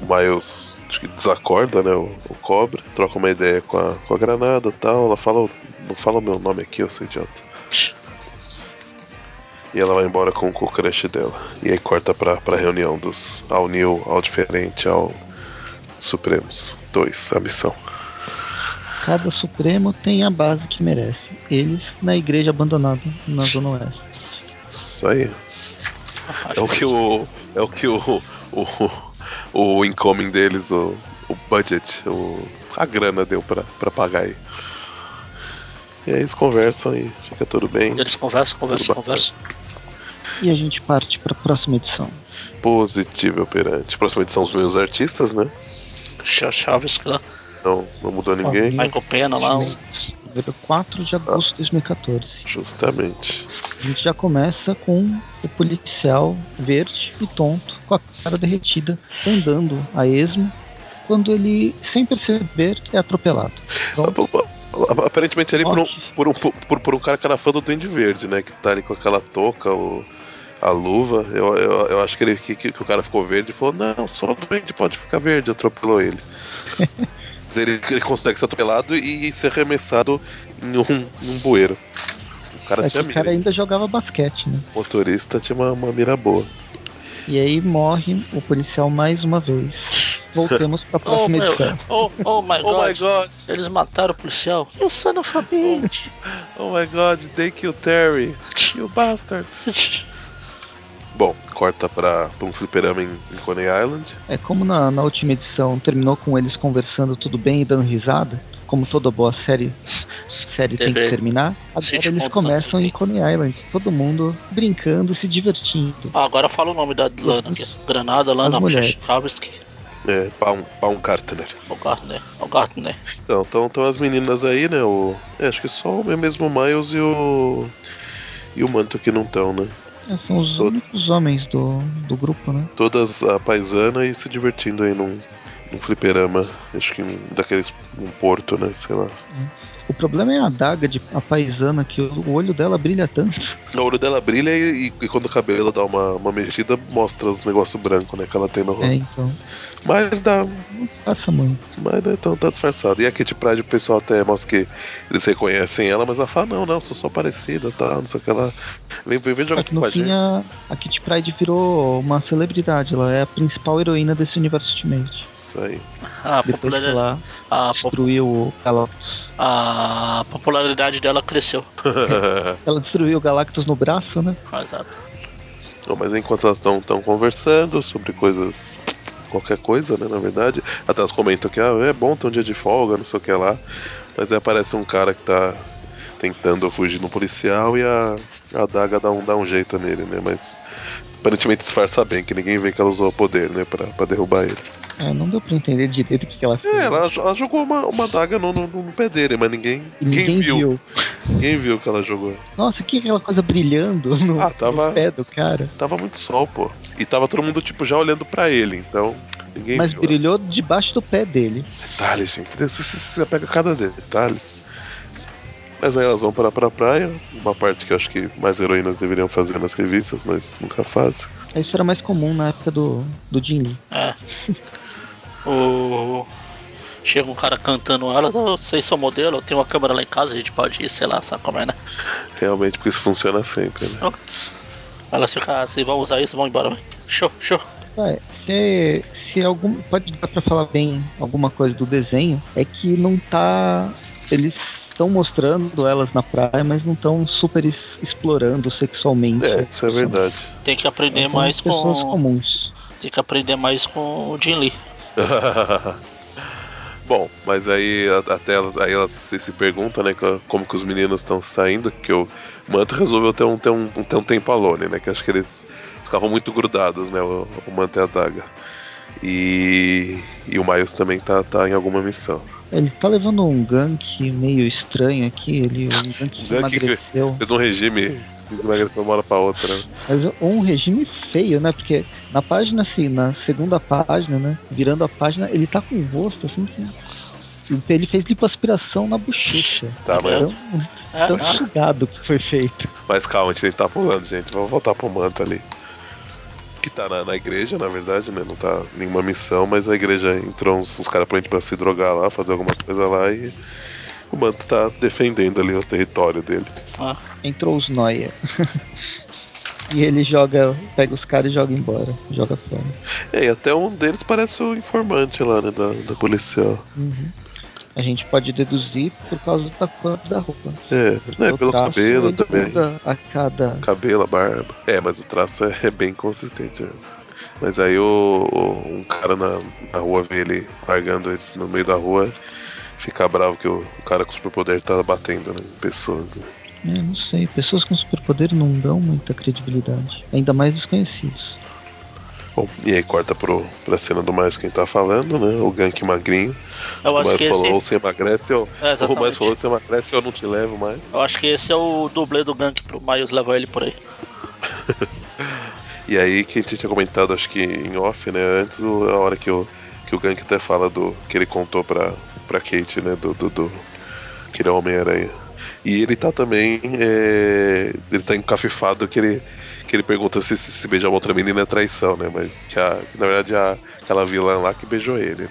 Speaker 4: o Miles acho que desacorda, né? O, o cobre, troca uma ideia com a, com a granada e tal. Ela fala, o- não fala o meu nome aqui, eu sou idiota. E ela vai embora com, com o crush dela. E aí corta pra, pra reunião dos ao New, ao diferente, ao Supremos. Dois, a missão.
Speaker 3: Cada Supremo tem a base que merece. Eles na igreja abandonada na Zona Oeste.
Speaker 4: Isso aí. É
Speaker 2: Acho
Speaker 4: o que o. É o que o. O, o incoming deles, o, o budget, o, a grana deu pra, pra pagar aí. E aí eles conversam e fica tudo bem.
Speaker 2: Eles conversam, conversam,
Speaker 4: Tudo
Speaker 2: conversam.
Speaker 3: E a gente parte pra próxima edição.
Speaker 4: Positivo operante. Próxima edição os meus artistas, né?
Speaker 2: Cha- Chaves, que lá.
Speaker 4: Não, não mudou ninguém.
Speaker 2: Michael Pena lá. um-
Speaker 3: Número 4 de agosto de 2014.
Speaker 4: Justamente.
Speaker 3: A gente já começa com o policial verde e tonto, com a cara derretida, andando a esmo, quando ele, sem perceber, é atropelado.
Speaker 4: Tá
Speaker 3: Bom.
Speaker 4: Aparentemente ali por um,
Speaker 3: Ótimo.
Speaker 4: por, um, por, por um cara que era fã do Duende Verde, né? Que tá ali com aquela touca, o, a luva. Eu, eu, eu acho que, ele, que, que o cara ficou verde e falou: Não, só o Duende pode ficar verde. Atropelou ele. Mas ele, ele consegue ser atropelado e ser arremessado em um, em um bueiro. O cara
Speaker 3: É que
Speaker 4: tinha
Speaker 3: o
Speaker 4: mira.
Speaker 3: cara
Speaker 4: hein?
Speaker 3: ainda jogava basquete, né?
Speaker 4: O motorista tinha uma, uma mira boa.
Speaker 3: E aí morre o policial mais uma vez. Voltemos pra
Speaker 2: Oh,
Speaker 3: próxima
Speaker 2: meu,
Speaker 3: edição.
Speaker 2: oh, oh my
Speaker 4: Oh my
Speaker 2: god.
Speaker 4: god!
Speaker 2: Eles mataram o policial. Eu sou analfabete.
Speaker 4: Oh my god! They killed Terry! You bastard! Bom, corta pra, pra um fliperama em, em Coney Island.
Speaker 3: É como na, na última edição terminou com eles conversando tudo bem e dando risada, como toda boa série série tem que
Speaker 2: Teve-
Speaker 3: terminar. Agora
Speaker 2: Sitcom
Speaker 3: eles
Speaker 2: tá
Speaker 3: começam
Speaker 2: tudo
Speaker 3: em Coney Island, todo mundo brincando, e se divertindo.
Speaker 2: Ah, agora fala o nome da Lana aqui. Granada, Lana,
Speaker 3: As mulheres.
Speaker 2: Chaves, que.
Speaker 4: É, Baum, Baumgartner.
Speaker 2: O Gartner. O né? Gartner.
Speaker 4: Então, estão as meninas aí, né? O, é, acho que só o mesmo Miles e o. E o Manto que não estão, né?
Speaker 3: É, São os
Speaker 4: Todos.
Speaker 3: únicos homens do, do grupo, né?
Speaker 4: Todas a paisana e se divertindo aí num, num fliperama. Acho que um, daqueles. num porto, né? Sei lá.
Speaker 3: O problema é a adaga de a paisana que o olho dela brilha tanto.
Speaker 4: O olho dela brilha e, e quando o cabelo dá uma, uma mexida, mostra os negócios brancos, né? Que ela tem no
Speaker 3: É,
Speaker 4: rosto.
Speaker 3: então.
Speaker 4: Mas dá.
Speaker 3: Passa mãe.
Speaker 4: Mas né, então tá disfarçado. E a Kit Pride, o pessoal até mostra que eles reconhecem ela, mas ela fala: não, não, sou só parecida, tá? Não sei o que ela. Vem, vem, vem
Speaker 3: Só
Speaker 4: jogar aqui
Speaker 3: que
Speaker 4: com a
Speaker 3: no
Speaker 4: gente.
Speaker 3: fim é a, a Kit Pride virou uma celebridade, ela é a principal heroína desse universo Ultimate.
Speaker 4: Isso aí.
Speaker 2: A
Speaker 3: Depois de
Speaker 2: popularidade,
Speaker 3: lá
Speaker 2: a, po-
Speaker 3: destruiu o Galactus.
Speaker 2: a popularidade dela cresceu.
Speaker 3: Ela destruiu o Galactus no braço, né?
Speaker 2: Exato.
Speaker 4: Bom, mas enquanto elas estão conversando sobre coisas. qualquer coisa, né? Na verdade. Até elas comentam que ah, é bom ter um dia de folga, não sei o que lá. Mas aí aparece um cara que tá tentando fugir no policial e a, a adaga dá um, dá um jeito nele, né? Mas aparentemente disfarça bem, que ninguém vê que ela usou o poder, né, pra, pra derrubar ele.
Speaker 3: É, não deu pra entender direito o que, que ela fez.
Speaker 4: É, ela, jo- ela jogou uma, uma daga no, no, no pé dele, mas ninguém,
Speaker 3: E ninguém
Speaker 4: ninguém viu.
Speaker 3: viu.
Speaker 4: Ninguém viu que ela jogou.
Speaker 3: Nossa, que aquela coisa brilhando no,
Speaker 4: Ah, tava-
Speaker 3: no pé do cara.
Speaker 4: Tava muito sol, pô. E tava todo mundo, tipo, já olhando pra ele, então. Ninguém
Speaker 3: Mas
Speaker 4: viu.
Speaker 3: brilhou debaixo do pé dele.
Speaker 4: Detalhes, gente. Você, você, você pega cada detalhes. Mas aí elas vão pra, pra praia, uma parte que eu acho que mais heroínas deveriam fazer nas revistas, mas nunca fazem.
Speaker 3: Isso era mais comum na época do, do Jin Lee.
Speaker 2: É. O... Chega um cara cantando elas, "Ah, vocês são modelo, eu tenho uma câmera lá em casa, a gente pode ir, sei lá, sabe como é, né?
Speaker 4: Realmente, porque isso funciona sempre, né?
Speaker 2: Elas ficam, ah, vocês vão usar isso, vão embora. vai." Show, show.
Speaker 3: Vai, se, se algum. Pode dar pra falar bem alguma coisa do desenho, é que não tá. Eles estão mostrando elas na praia, mas não estão super es- explorando sexualmente.
Speaker 4: É, isso é
Speaker 3: São-
Speaker 4: verdade.
Speaker 2: Tem que aprender
Speaker 3: são
Speaker 2: É mais
Speaker 3: pessoas
Speaker 2: com.
Speaker 3: comuns.
Speaker 2: Tem que aprender mais com o Jin Lee.
Speaker 4: Bom, mas aí a- até elas, aí elas se, se perguntam, né, co- como que os meninos estão saindo, que o Manto resolveu ter um, ter um, ter um tempo alone, né, que acho que eles ficavam muito grudados, né, o, o Manto e a Daga. E, e o Miles também tá, tá em alguma missão.
Speaker 3: Ele tá levando um gank meio estranho aqui, ele um gank que
Speaker 4: Gank que-
Speaker 3: emagreceu.
Speaker 4: Fez um regime de emagrecer uma hora pra outra. né?
Speaker 3: Mas um regime feio, né? Porque na página, assim, na segunda página, né? Virando a página, ele tá com o rosto, assim, que- Ele fez lipoaspiração na bochecha.
Speaker 4: Tá, mas,
Speaker 3: Então,
Speaker 2: É,
Speaker 3: tão
Speaker 2: ah,
Speaker 3: sugado que foi feito.
Speaker 4: mas calma, a gente tá pulando, gente. Vamos voltar pro Manto ali. Que tá na, na igreja, na verdade, né? Não tá nenhuma missão, mas a igreja entrou uns, uns caras pra gente pra se drogar lá, fazer alguma coisa lá e. O Manto tá defendendo ali o território dele.
Speaker 3: Entrou os Noia. e ele joga, pega os caras e joga embora. Joga fora.
Speaker 4: É, e até um deles parece o informante lá, né? Da, da policial.
Speaker 3: Uhum. A gente pode deduzir por causa da cor da roupa.
Speaker 4: É, né,
Speaker 3: O
Speaker 4: pelo
Speaker 3: traço,
Speaker 4: cabelo
Speaker 3: ele
Speaker 4: também.
Speaker 3: muda A cada
Speaker 4: Cabelo, a barba. É, mas o traço é, é bem consistente. né? Mas aí o, o- um cara na, na rua vê ele largando eles no meio da rua, fica bravo que o, o cara com superpoder tá batendo né, em pessoas. né?
Speaker 3: É, não sei. Pessoas com superpoder não dão muita credibilidade. Ainda mais desconhecidos.
Speaker 4: Bom, e aí corta pro, pra cena do mais quem tá falando, né? O gank magrinho.
Speaker 2: eu
Speaker 4: O
Speaker 2: acho
Speaker 4: mais
Speaker 2: que
Speaker 4: falou,
Speaker 2: esse.
Speaker 4: ou você emagrece, ou
Speaker 2: É,
Speaker 4: o mais
Speaker 2: exatamente.
Speaker 4: falou, você emagrece, ou eu não te levo mais.
Speaker 2: Eu acho que esse é o dublê do gank pro Miles levar ele por aí.
Speaker 4: E aí que a gente tinha comentado, acho que em off, né? Antes, o- a hora que o, que o Gank até fala do. que ele contou pra, pra Kate, né? Do, do, do- que ele é o Homem-Aranha. E ele tá também. é, ele tá encafifado que ele, que ele pergunta se, se, se beijar uma outra menina é traição, né? Mas que, a, que na verdade a, aquela vilã lá que beijou ele.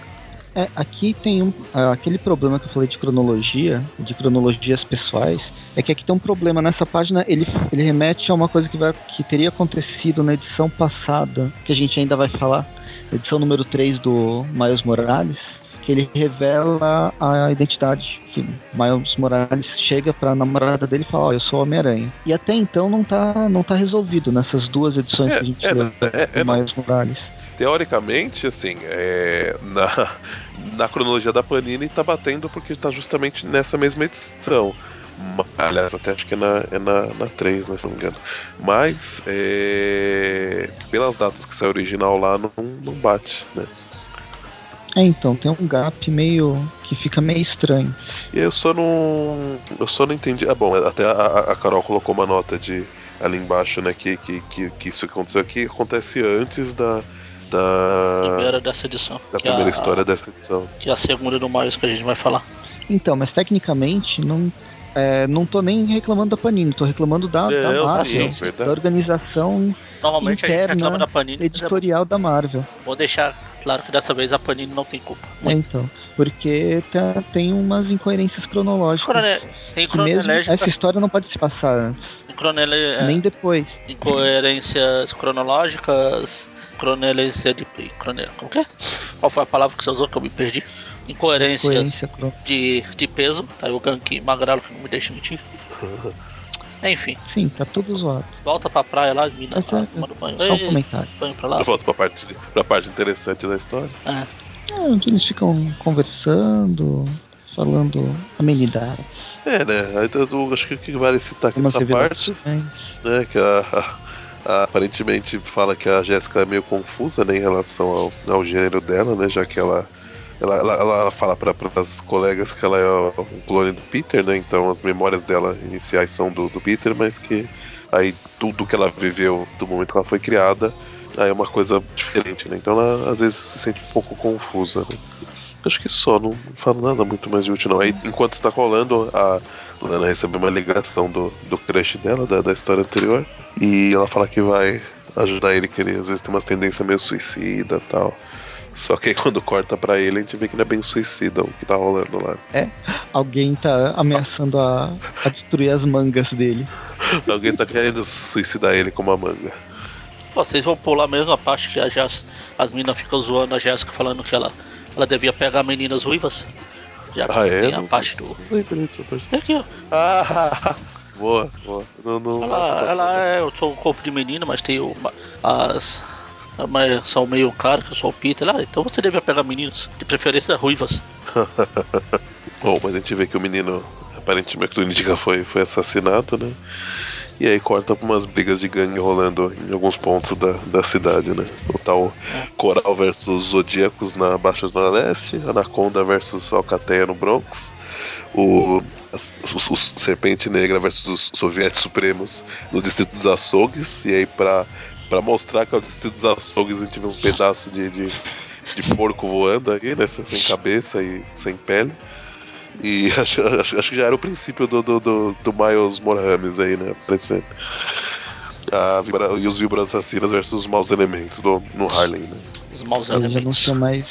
Speaker 3: É, aqui tem um, ah, aquele problema que eu falei de cronologia, de cronologias pessoais, é que aqui tem um problema nessa página, ele, ele remete a uma coisa que, vai, que teria acontecido na edição passada, que a gente ainda vai falar, edição número 3 do Miles Morales, que ele revela a identidade, que Miles Morales chega pra namorada dele e fala, ó, eu sou o Homem-Aranha. E até então não tá, não tá resolvido nessas duas edições que a gente
Speaker 4: É,
Speaker 3: leu
Speaker 4: é, é,
Speaker 3: do Miles Morales.
Speaker 4: Teoricamente, assim, é, na, na cronologia da Panini tá batendo porque tá justamente nessa mesma edição. Ma- Aliás, até acho que é na, é na, na 3, né, se não me engano. Mas, é, pelas datas que saiu original lá, não, não bate, né?
Speaker 3: É, então, tem um gap meio. que fica meio estranho.
Speaker 4: E eu só não. Eu só não entendi. Ah, bom, até a, a- a Carol colocou uma nota de ali embaixo, né? Que, que, que, que isso que aconteceu aqui acontece antes da. Da,
Speaker 2: Primeira dessa edição.
Speaker 4: Ah. da
Speaker 2: que é a-
Speaker 4: primeira história dessa edição.
Speaker 2: Que é a segunda do Miles que a gente vai falar.
Speaker 3: Então, mas tecnicamente, não. É, não tô nem reclamando da Panini, tô reclamando da,
Speaker 2: É,
Speaker 3: da
Speaker 4: Não,
Speaker 3: Marvel,
Speaker 2: sim,
Speaker 4: sim, é
Speaker 3: da
Speaker 4: verdade.
Speaker 3: organização
Speaker 2: Normalmente a gente
Speaker 3: Interna
Speaker 2: reclama da Panini, mas é
Speaker 3: editorial da Marvel.
Speaker 2: vou deixar claro que dessa vez a Panini não tem culpa.
Speaker 3: É,
Speaker 2: Muito.
Speaker 3: então, porque tá- tem umas incoerências cronológicas.
Speaker 2: Crone- Tem
Speaker 3: que mesmo assim,
Speaker 2: cronológica,
Speaker 3: essa história não pode se passar antes,
Speaker 2: cronele- é,
Speaker 3: nem depois.
Speaker 2: incoerências cronológicas, cronelência de. Cronel, como que é? Qual foi a palavra que você usou que eu me perdi? Incoerências
Speaker 3: Coerência cron...
Speaker 2: de, de peso, tá aí o gank magrelo que não me deixa mentir. Enfim,
Speaker 3: Sim, tá tudo zoado.
Speaker 2: volta pra praia lá, as minas
Speaker 3: Essa-
Speaker 2: lá, tomando banho.
Speaker 3: Só um
Speaker 2: Ei,
Speaker 3: comentário.
Speaker 2: banho pra lá.
Speaker 4: Eu volto pra parte, de- pra parte interessante da história.
Speaker 2: É.
Speaker 3: É, onde eles ficam conversando, falando amenidades.
Speaker 4: Então, É, né? Aí, eu, eu acho que o que vale citar aqui
Speaker 3: Umas
Speaker 4: nessa parte,
Speaker 3: revelações.
Speaker 4: né? Que a, Ah, aparentemente fala que a Jéssica é meio confusa né, em relação ao, ao gênero dela, né? Já que ela. Ela, ela, ela fala para as colegas que ela é um clone do Peter, né? Então as memórias dela iniciais são do, do Peter, mas que aí tudo que ela viveu do momento que ela foi criada aí é uma coisa diferente, né? Então ela às vezes se sente um pouco confusa. Né? Acho que só, não falo nada muito mais de útil, não. Aí, enquanto está rolando, a Lana recebe uma ligação do, do crush dela, da, da história anterior, e ela fala que vai ajudar ele, que ele às vezes tem umas tendências meio suicida tal. Só que aí quando corta pra ele, a gente vê que não é bem suicida o que tá rolando lá.
Speaker 3: É, alguém tá ameaçando a, a destruir as mangas dele.
Speaker 4: Alguém tá querendo suicidar ele com uma manga.
Speaker 2: Vocês vão pular mesmo a parte que a Jess, as meninas ficam zoando a Jéssica falando que ela, ela devia pegar meninas ruivas. Já que
Speaker 4: Ah, é?
Speaker 2: tem a
Speaker 4: Não-
Speaker 2: parte do.
Speaker 4: Não lembrei dessa parte.
Speaker 2: Tem aqui, ó.
Speaker 4: Ah, boa, boa. Não, não. passa,
Speaker 2: Ela,
Speaker 4: passa,
Speaker 2: ela
Speaker 4: passa.
Speaker 2: é. Eu sou o corpo de menino, mas tenho uma- as. Mas são meio cara, que eu sou o Peter. Ah, então você devia pegar meninas, de preferência ruivas.
Speaker 4: Bom, mas a gente vê que o menino, aparentemente, tudo indica foi, foi assassinado, né? E aí corta pra umas brigas de gangue rolando em alguns pontos da, da cidade, né? O tal Coral versus Zodíacos na Baixa Zona Leste, Anaconda versus Alcateia no Bronx, o, as- os- os Serpente Negra versus os Soviéticos Supremos no Distrito dos Açougues, e aí pra, pra mostrar que é o Distrito dos Açougues a gente vê um pedaço de, de, de porco voando aqui, né? Sem sem cabeça e sem pele. E acho, acho- acho que já era o princípio do, do, do, do Miles Morhames aí, né? Aparecendo. A vibra- e os Vibras Assassinas versus os Maus Elementos do, no Harlem, né?
Speaker 2: Os maus
Speaker 3: Eu já não
Speaker 2: elementos.
Speaker 3: tinha mais,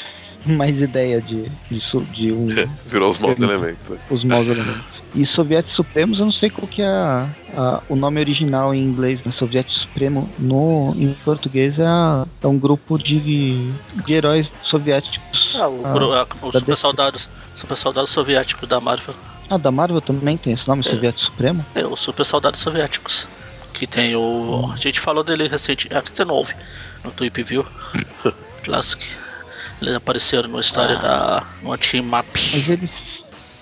Speaker 3: mais ideia de, disso, de um,
Speaker 4: Virou os Maus Elementos. né?
Speaker 3: os maus elementos. E Soviéticos Supremos, eu não sei qual que é a- a- o nome original em inglês, né? Soviético Supremo, no, em português é, a- é um grupo de, de heróis soviéticos.
Speaker 2: Ah, o, gru- a- os
Speaker 3: da
Speaker 2: super
Speaker 3: DC.
Speaker 2: soldados, super soldados soviéticos da Marvel.
Speaker 3: Ah, da Marvel também tem esse nome,
Speaker 2: É.
Speaker 3: Soviético Supremo?
Speaker 2: É, os super soldados soviéticos. Que tem o. A gente falou dele recente, é, que você não ouve no Tweep View.
Speaker 3: Hum.
Speaker 2: Classic. Eles apareceram na história da. no Team Map.
Speaker 3: Ah. Mas eles.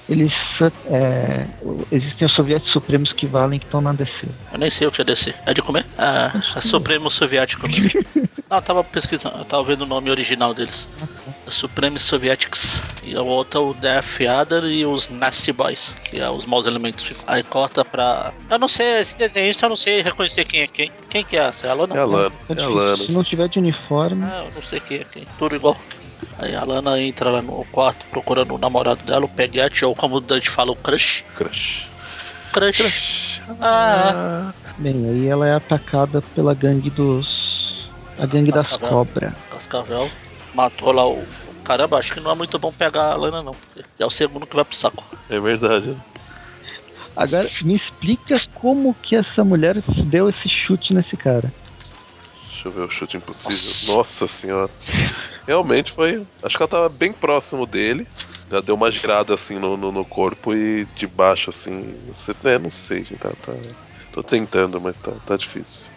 Speaker 3: Eles. é, existem os Soviéticos Supremos que valem, que estão na DC.
Speaker 2: Eu nem sei o que é DC. É de comer? Ah, é Supremo Soviético mesmo. Não, eu tava pesquisando, eu tava vendo o nome original deles. Supreme Sovietics. E a outra o Death Adder e os Nasty Boys, que é os maus elementos. Aí corta pra. Eu não sei, esse desenhista eu não sei reconhecer quem é quem. Quem que é essa? É a Lana?
Speaker 4: É a Lana.
Speaker 3: É
Speaker 4: É a
Speaker 3: difícil.
Speaker 4: Lana.
Speaker 3: Se não tiver de uniforme.
Speaker 2: Ah, eu não sei quem é quem. Tudo igual. Aí a Lana entra lá no quarto procurando o namorado dela, o peguete, ou como o Dante fala, o crush.
Speaker 4: Crush.
Speaker 2: Crush.
Speaker 4: Crush.
Speaker 2: Ah,
Speaker 4: Ah,
Speaker 3: Bem, aí ela é atacada pela gangue dos. A gangue das
Speaker 2: Cascavel.
Speaker 3: cobras.
Speaker 2: Cascavel matou lá o. Caramba, acho que não é muito bom pegar a Lana, não. É o segundo que vai pro saco.
Speaker 4: é verdade.
Speaker 3: Agora, me explica como que essa mulher deu esse chute nesse cara.
Speaker 4: Deixa eu ver o chute impossível. Nossa senhora. Realmente foi. Acho que ela tava bem próximo dele. Ela deu uma girada assim no, no, no corpo e de baixo assim. Você, né, não sei, gente. Tá, tá- tô tentando, mas tá, tá difícil.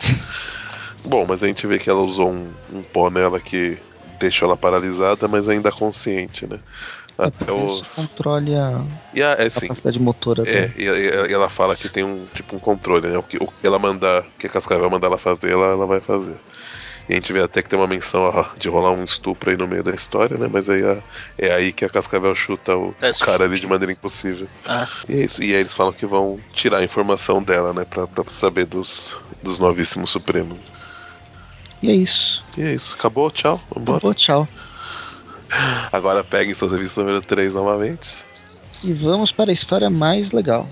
Speaker 4: Bom, mas a gente vê que ela usou um, um pó nela que deixou ela paralisada, mas ainda consciente, né? Até
Speaker 3: Isso
Speaker 4: os.
Speaker 3: controle a
Speaker 4: E a, é assim,
Speaker 3: capacidade motora
Speaker 4: é,
Speaker 3: dele.
Speaker 4: e, e- e ela fala que tem um tipo um controle, né? O que, o que ela mandar, o que a Cascavel mandar ela fazer, ela, ela vai fazer. E a gente vê até que tem uma menção ó, de rolar um estupro aí no meio da história, né? Mas aí a- é aí que a Cascavel chuta o,
Speaker 2: É,
Speaker 4: o cara ali de maneira impossível.
Speaker 2: Ah,
Speaker 4: E é isso. E aí eles falam que vão tirar a informação dela, né? Pra, pra saber dos, dos novíssimos supremos.
Speaker 3: E é isso.
Speaker 4: E é isso. Acabou, tchau. Vambora.
Speaker 3: Acabou, tchau.
Speaker 4: Agora peguem seu serviço número 3 novamente.
Speaker 3: E vamos para a história mais legal.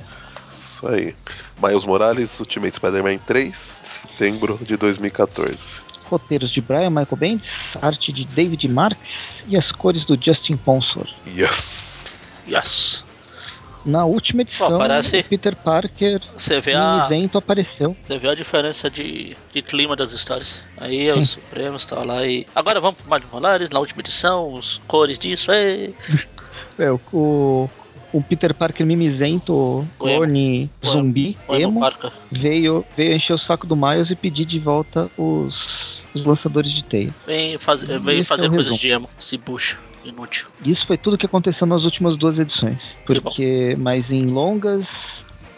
Speaker 4: Isso aí. Miles Morales, Ultimate Spider-Man 3, setembro de 2014.
Speaker 3: Roteiros de Brian Michael Bendis, arte de David Marks e as cores do Justin Ponsor.
Speaker 4: Yes!
Speaker 2: yes.
Speaker 3: Na última edição,
Speaker 2: Pô, parece-
Speaker 3: o Peter Parker
Speaker 2: Você vê a.
Speaker 3: isento apareceu.
Speaker 2: Você vê a diferença de, de clima das histórias. Aí os Supremos tá lá e. Agora vamos pro Mário Molares, na última edição, os cores disso, é.
Speaker 3: É, o, o, o Peter Parker mimizento, clone,
Speaker 2: O emo.
Speaker 3: zumbi,
Speaker 2: Oi,
Speaker 3: emo,
Speaker 2: Marca.
Speaker 3: veio, veio encher o saco do Miles e pedir de volta os, os lançadores de teia.
Speaker 2: Vem fazer, vem
Speaker 3: Esse é
Speaker 2: fazer
Speaker 3: o
Speaker 2: coisas
Speaker 3: resumo.
Speaker 2: de emo. Se bucha. Inútil.
Speaker 3: E Isso foi tudo que aconteceu nas últimas duas edições.
Speaker 2: Que bom.
Speaker 3: Porque, mas em longas,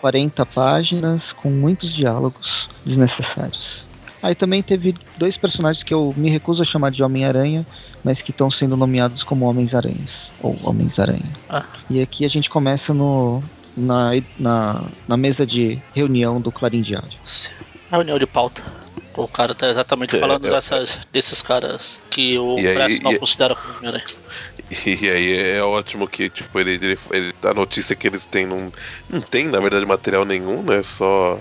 Speaker 3: 40 páginas, com muitos diálogos desnecessários. Aí também teve dois personagens que eu me recuso a chamar de Homem-Aranha, mas que estão sendo nomeados como Homens-Aranhas, ou Homens-Aranha.
Speaker 2: Ah.
Speaker 3: E aqui a gente começa no, na, na, na mesa de reunião do Clarim Diário.
Speaker 2: Reunião É de pauta. O cara tá exatamente
Speaker 4: É,
Speaker 2: falando
Speaker 4: é,
Speaker 2: dessas, desses caras que o
Speaker 4: E aí-
Speaker 2: Press não
Speaker 4: e-
Speaker 2: considera como né? Homem-Aranha.
Speaker 4: E aí é ótimo que, tipo, ele, ele, ele- a notícia que eles têm não, não tem, na verdade, material nenhum, né? Só.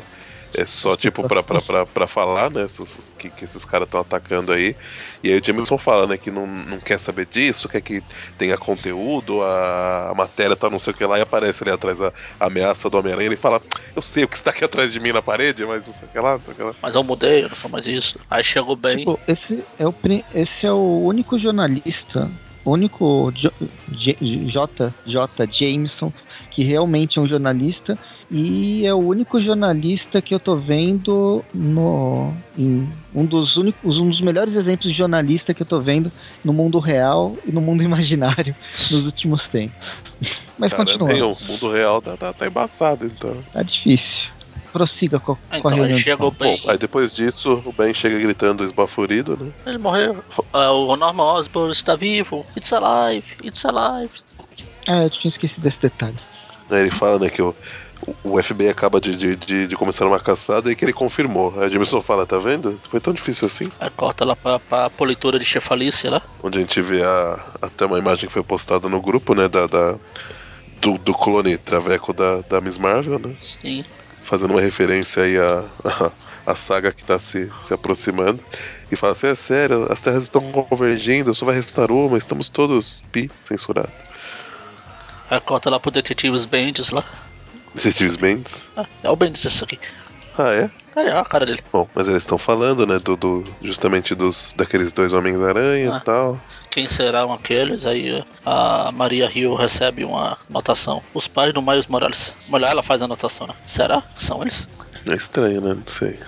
Speaker 4: É só, tipo, pra, pra, pra, pra falar, né? esses- os Que, que esses caras estão atacando aí. E aí o Jameson fala, né? Que não, não quer saber disso, quer que tenha conteúdo, a, a matéria tá não sei o que lá, e aparece ali atrás a, a ameaça do Homem-Aranha. Ele fala, eu sei o que está aqui atrás de mim na parede, mas não sei o que lá, não sei o que lá.
Speaker 2: Mas eu mudei, eu não sou mais isso. Aí chegou bem.
Speaker 3: Tipo, esse é o, pri- esse é o único jornalista, o único Jo- J, J, J. Jameson, que realmente é um jornalista, e é o único jornalista que eu tô vendo no. em- um dos únicos, um dos melhores exemplos de jornalista que eu tô vendo no mundo real e no mundo imaginário nos últimos tempos. Mas
Speaker 4: Caramba, hein,
Speaker 3: continua,
Speaker 4: o mundo real tá, tá, tá embaçado, então.
Speaker 3: tá difícil. Prossiga com,
Speaker 2: Ah,
Speaker 3: com a
Speaker 2: Então, aí
Speaker 3: reunião. de
Speaker 2: chegou
Speaker 3: pauta.
Speaker 4: Bom,
Speaker 2: bem.
Speaker 4: aí depois disso, o Ben chega gritando esbaforido, né?
Speaker 2: Ele morreu. Ah, o Norman Osborn está vivo. It's alive, it's alive.
Speaker 3: Ah, eu tinha esquecido desse detalhe.
Speaker 4: Aí ele fala, né, que o, o FBI acaba de, de, de, de começar uma caçada e que ele confirmou. Aí Jameson fala, tá vendo? Foi tão difícil assim.
Speaker 2: Aí corta lá pra, pra politura de chefalícia lá.
Speaker 4: Onde a gente vê a, até uma imagem que foi postada no grupo, né, da... da- do, do clone traveco da, da Miss Marvel, né?
Speaker 2: Sim.
Speaker 4: Fazendo uma referência aí à, à, à saga que tá se, se aproximando. E fala assim, é sério, as terras estão convergindo, só vai restar uma, estamos todos pi censurados.
Speaker 2: Aí corta lá pro detetives Bendis lá.
Speaker 4: Detetives Mendes.
Speaker 2: Ah, é o Bendis isso aqui.
Speaker 4: Ah, é?
Speaker 2: Aí, ó a cara dele.
Speaker 4: Bom, mas eles estão falando, né, do, do- justamente dos daqueles dois Homens-Aranhas e
Speaker 2: Ah.
Speaker 4: tal.
Speaker 2: Quem serão aqueles? Aí a Maria Hill recebe uma anotação. Os pais do Miles Morales. Olha, ela faz a anotação, né? Será que são eles?
Speaker 4: É estranho, né? Não sei.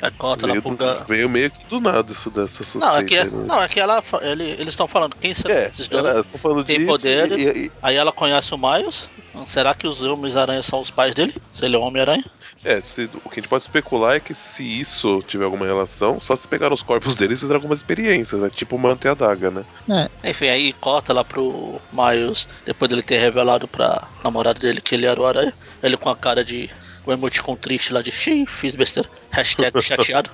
Speaker 2: Aí corta lá
Speaker 4: Veio,
Speaker 2: pro...
Speaker 4: do-
Speaker 2: Ga-
Speaker 4: veio meio que do nada isso dessa suspeita.
Speaker 2: Ah, Não, é que,
Speaker 4: aí, né?
Speaker 2: não, é que ela, fa- ele- eles estão falando quem serão
Speaker 4: É,
Speaker 2: esses dois.
Speaker 4: ela- elas estão falando
Speaker 2: Tem
Speaker 4: disso.
Speaker 2: poderes.
Speaker 4: E, e- e-
Speaker 2: Aí ela conhece o Miles. Será que os Homens-Aranha são os pais dele? Se ele é um Homem-Aranha?
Speaker 4: é, se- o que a gente pode especular é que se isso tiver alguma relação, só se pegaram os corpos deles e fizeram algumas experiências, né? Tipo manter a daga, né?
Speaker 3: É,
Speaker 2: Enfim, aí corta lá pro Miles, depois dele ter revelado pra namorada dele que ele era o Aranha. Ele com a cara de. O emoticon triste lá de xiii, fiz besteira. Hashtag chateado.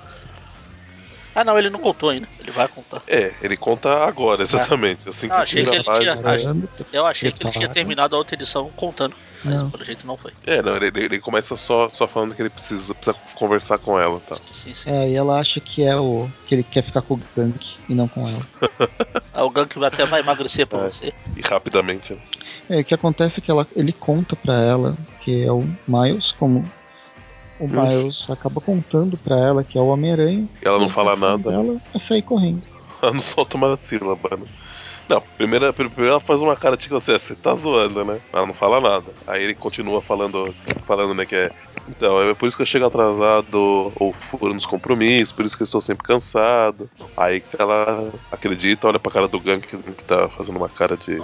Speaker 2: Ah não, ele não contou ainda. Ele vai contar.
Speaker 4: É, ele conta agora, exatamente. Assim que
Speaker 2: Ah, achei
Speaker 4: tira
Speaker 2: que
Speaker 4: a
Speaker 2: ele
Speaker 4: página.
Speaker 2: tinha-
Speaker 3: caramba.
Speaker 2: Eu achei que ele
Speaker 3: Prepara.
Speaker 2: tinha terminado a outra edição contando. Mas
Speaker 3: Não.
Speaker 2: pelo jeito não foi.
Speaker 4: É, não, ele, ele- ele começa só, só falando que ele precisa, precisa conversar com ela, tá?
Speaker 2: Sim, sim.
Speaker 3: É, e ela acha que é o. que ele quer ficar com o Gank e não com ela.
Speaker 2: Aí Ah, o Gank vai até vai emagrecer pra
Speaker 4: É.
Speaker 2: você.
Speaker 4: E rapidamente, né?
Speaker 3: É, o que acontece é que ela, ele conta pra ela que é o Miles, como o Miles acaba contando pra ela que é o Homem-Aranha.
Speaker 4: ela não
Speaker 3: E a
Speaker 4: fala
Speaker 3: intenção
Speaker 4: nada. né?
Speaker 3: Dela é sair correndo.
Speaker 4: Ela não solta uma sílaba, né? Não, primeiro, primeiro ela faz uma cara tipo assim, "Ah, você tá zoando, né? Ela não fala nada. Aí ele continua falando, falando, né, que é. Então, é por isso que eu chego atrasado, ou furo nos compromissos, por isso que eu estou sempre cansado. Aí ela acredita, olha pra cara do Gank, que o Gank tá fazendo uma cara de.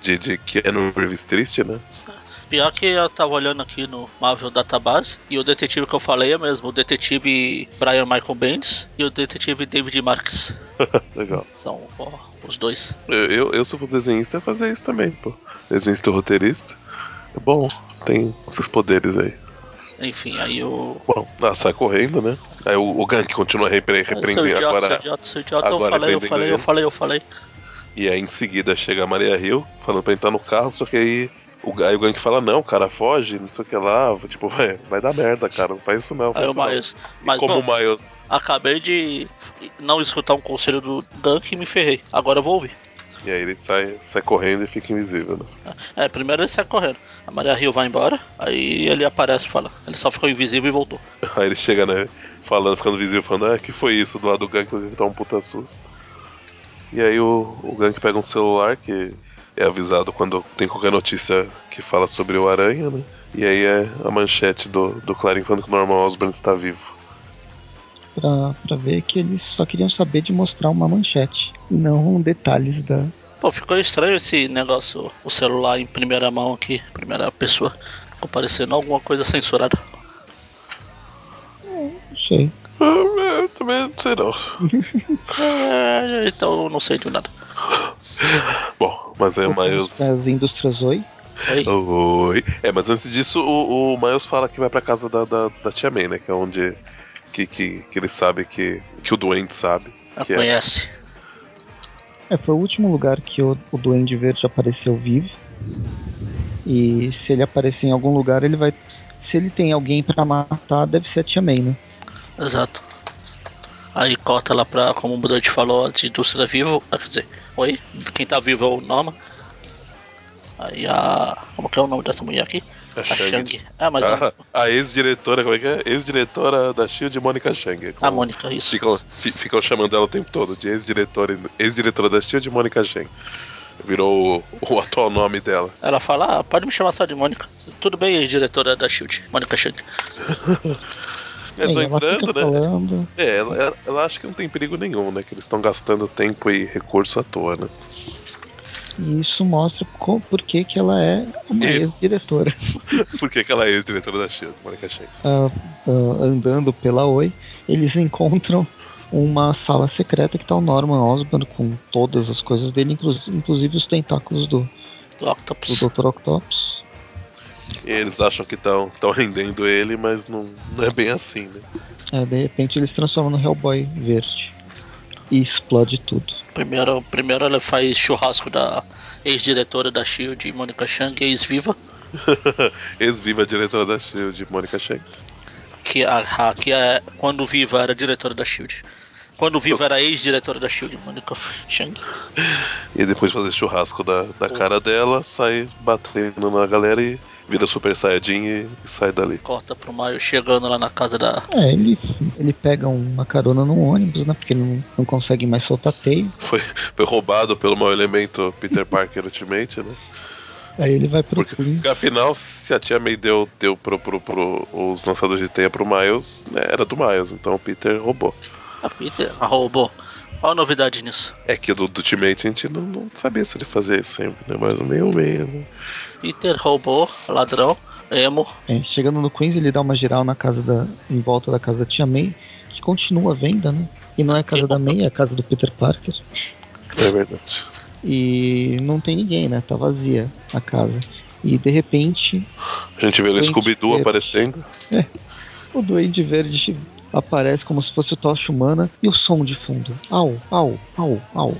Speaker 4: de, de Keanu Reeves triste, né?
Speaker 2: Pior que eu tava olhando aqui no Marvel Database e o detetive que eu falei é mesmo, o detetive Brian Michael Bendis e o detetive David Marks.
Speaker 4: Legal.
Speaker 2: São ó, os dois.
Speaker 4: Eu, eu, eu, se eu fosse desenhista, ia fazer isso também, pô. Desenhista e roteirista. É bom, tem esses poderes aí.
Speaker 2: Enfim, aí o.
Speaker 4: Bom, ah, sai correndo, né? Aí o, o Gank continua repre
Speaker 2: seu
Speaker 4: repreendendo
Speaker 2: idiota,
Speaker 4: agora.
Speaker 2: seu idiota, seu idiota, eu
Speaker 4: agora
Speaker 2: falei, eu
Speaker 4: repreendendo
Speaker 2: falei, eu
Speaker 4: ele.
Speaker 2: falei, eu falei.
Speaker 4: E aí em seguida chega a Maria Hill falando pra entrar no carro, só que aí o, aí o Gank fala, não, cara, foge, não sei o que lá. Tipo, vai, vai dar merda, cara. Não faz isso não. Faz
Speaker 2: Aí o
Speaker 4: isso não."
Speaker 2: Miles.
Speaker 4: E
Speaker 2: Mas
Speaker 4: como
Speaker 2: bom,
Speaker 4: o Miles.
Speaker 2: acabei de não escutar um conselho do Gank e me ferrei. Agora eu vou ouvir.
Speaker 4: E aí ele sai, sai correndo e fica invisível, né?
Speaker 2: É, primeiro ele sai correndo. A Maria Rio vai embora, aí ele aparece e fala. Ele só ficou invisível e voltou.
Speaker 4: Aí ele chega, né, falando, ficando visível, falando, ah, que foi isso do lado do Gank, o Gank dá um puta susto. E aí o, o Gank pega um celular que é avisado quando tem qualquer notícia que fala sobre o Aranha, né? E aí é a manchete do, do Clarim falando que o Norman Osborn está vivo.
Speaker 3: Pra, pra ver que eles só queriam saber de mostrar uma manchete. e Não um detalhes da.
Speaker 2: Pô, ficou estranho esse negócio, o celular em primeira mão aqui, primeira pessoa. Ficou parecendo alguma coisa censurada.
Speaker 3: Não sei.
Speaker 4: Ah, é, também não sei não.
Speaker 2: É, então eu não sei de nada.
Speaker 4: Bom, mas é o Miles.
Speaker 3: Das indústrias Oi.
Speaker 2: Oi.
Speaker 4: Oi. É, mas antes disso, o, o Miles fala que vai pra casa da, da, da tia May, né? Que é onde. Que, que, que ele sabe que. Que o doente sabe.
Speaker 2: Ela
Speaker 4: Que é?
Speaker 2: conhece.
Speaker 3: É, foi o último lugar que o, o Duende Verde apareceu vivo. E se ele aparecer em algum lugar, ele vai. Se ele tem alguém pra matar, deve ser a Tia May, né?
Speaker 2: Exato. Aí corta lá pra, como o Brant falou, antes do ser vivo. ah, Quer dizer, oi? Quem tá vivo é o Norma. Aí a. Como que é o nome dessa mulher aqui?
Speaker 4: A
Speaker 2: A
Speaker 4: Shang.
Speaker 2: Shang. Ah, mas
Speaker 4: A,
Speaker 2: a,
Speaker 4: a ex-diretora, como é que é? Ex-diretora da Shield, Mônica Chang.
Speaker 2: a Mônica, isso.
Speaker 4: Ficam, fi- ficam chamando ela o tempo todo de ex-diretora ex da Shield, Mônica Chang. Virou o, o atual nome dela.
Speaker 2: Ela fala, ah, pode me chamar só de Mônica. Tudo bem, diretora da Shield, Mônica Shang.
Speaker 4: Eles
Speaker 3: Bem, ela
Speaker 4: vão entrando,
Speaker 3: fica
Speaker 4: né?
Speaker 3: falando.
Speaker 4: É, ela, ela- ela acha que não tem perigo nenhum, né? Que eles estão gastando tempo e recurso à toa, né?
Speaker 3: E isso mostra co- por que, que ela é uma
Speaker 4: Isso.
Speaker 3: ex-diretora.
Speaker 4: Por que, que ela é ex-diretora da Shield, Mônica Chang?
Speaker 3: Ah, ah, andando pela Oi, eles encontram uma sala secreta que tá o Norman Osborn com todas as coisas dele, inclu- inclusive os tentáculos do,
Speaker 2: Do Octopus.
Speaker 3: do Dr. Octopus.
Speaker 4: E eles acham que estão rendendo ele, mas não, não é bem assim, né?
Speaker 3: É, de repente eles transformam no Hellboy verde. E explode tudo.
Speaker 2: Primeiro, primeiro ela faz churrasco da ex-diretora da Shield, Mônica Chang, é ex-viva.
Speaker 4: Ex-viva diretora da Shield, Mônica Chang.
Speaker 2: Que, a, a- que é, quando viva era diretora da Shield. Quando viva era ex-diretora da Shield, Mônica Chang.
Speaker 4: E depois de fazer churrasco da, da cara dela, sai batendo na galera e vira Super Saiyajin e, e sai dali.
Speaker 2: Corta pro Maio chegando lá na casa da.
Speaker 3: É, ele, ele pega uma carona num ônibus, né? Porque ele não, não consegue mais soltar teio.
Speaker 4: Foi, foi roubado pelo mau elemento Peter Parker Ultimate, né?
Speaker 3: Aí ele vai pro
Speaker 4: Porque,
Speaker 3: Queen.
Speaker 4: afinal, se a tia May deu, deu pro, pro, pro- os lançadores de teia pro Miles, né, era do Miles, então o Peter roubou.
Speaker 2: A Peter a roubou. Qual a novidade nisso?
Speaker 4: É que do, do Ultimate a gente não, não sabia se ele fazia isso sempre, né? Mas no meio meio, né?
Speaker 2: Peter roubou, ladrão, emo.
Speaker 3: É, chegando no Queens, ele dá uma geral na casa da. em volta da casa da tia May, que continua a venda, né? E não é a casa da May, é a casa do Peter Parker.
Speaker 4: É verdade.
Speaker 3: E não tem ninguém, né? Tá vazia a casa. E de repente,
Speaker 4: A gente vê o
Speaker 3: Gente,
Speaker 4: Scooby-Doo
Speaker 3: é-
Speaker 4: aparecendo.
Speaker 3: o Duende Verde aparece como se fosse o Tocha Humana e o som de fundo. Au, au, au, au.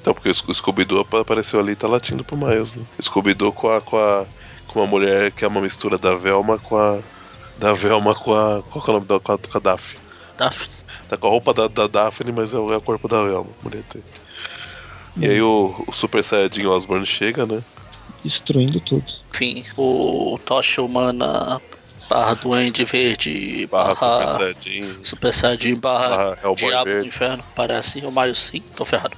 Speaker 4: Então, porque o Sco- o Scooby-Doo apa- apareceu ali e tá latindo pro Miles, né? Scooby-Doo com a, com a. com uma mulher que é uma mistura da Velma com a. Da Velma com a. Qual que é o nome da com a, com a Daphne?
Speaker 2: Tá?
Speaker 4: Tá com a roupa da, da Daphne, mas é o, é o corpo da Velma, muleta. E aí o, o Super Saiyajin Osborn chega, né?
Speaker 3: Destruindo tudo.
Speaker 2: Enfim, o Tocha Humana, barra Duende Verde,
Speaker 4: Barra
Speaker 2: barra
Speaker 4: Super Saiyajin.
Speaker 2: Super Saiyajin, barra,
Speaker 4: Barra Hellboy
Speaker 2: Diabo do
Speaker 4: Verde.
Speaker 2: Inferno. Parece o Maio sim, tô ferrado.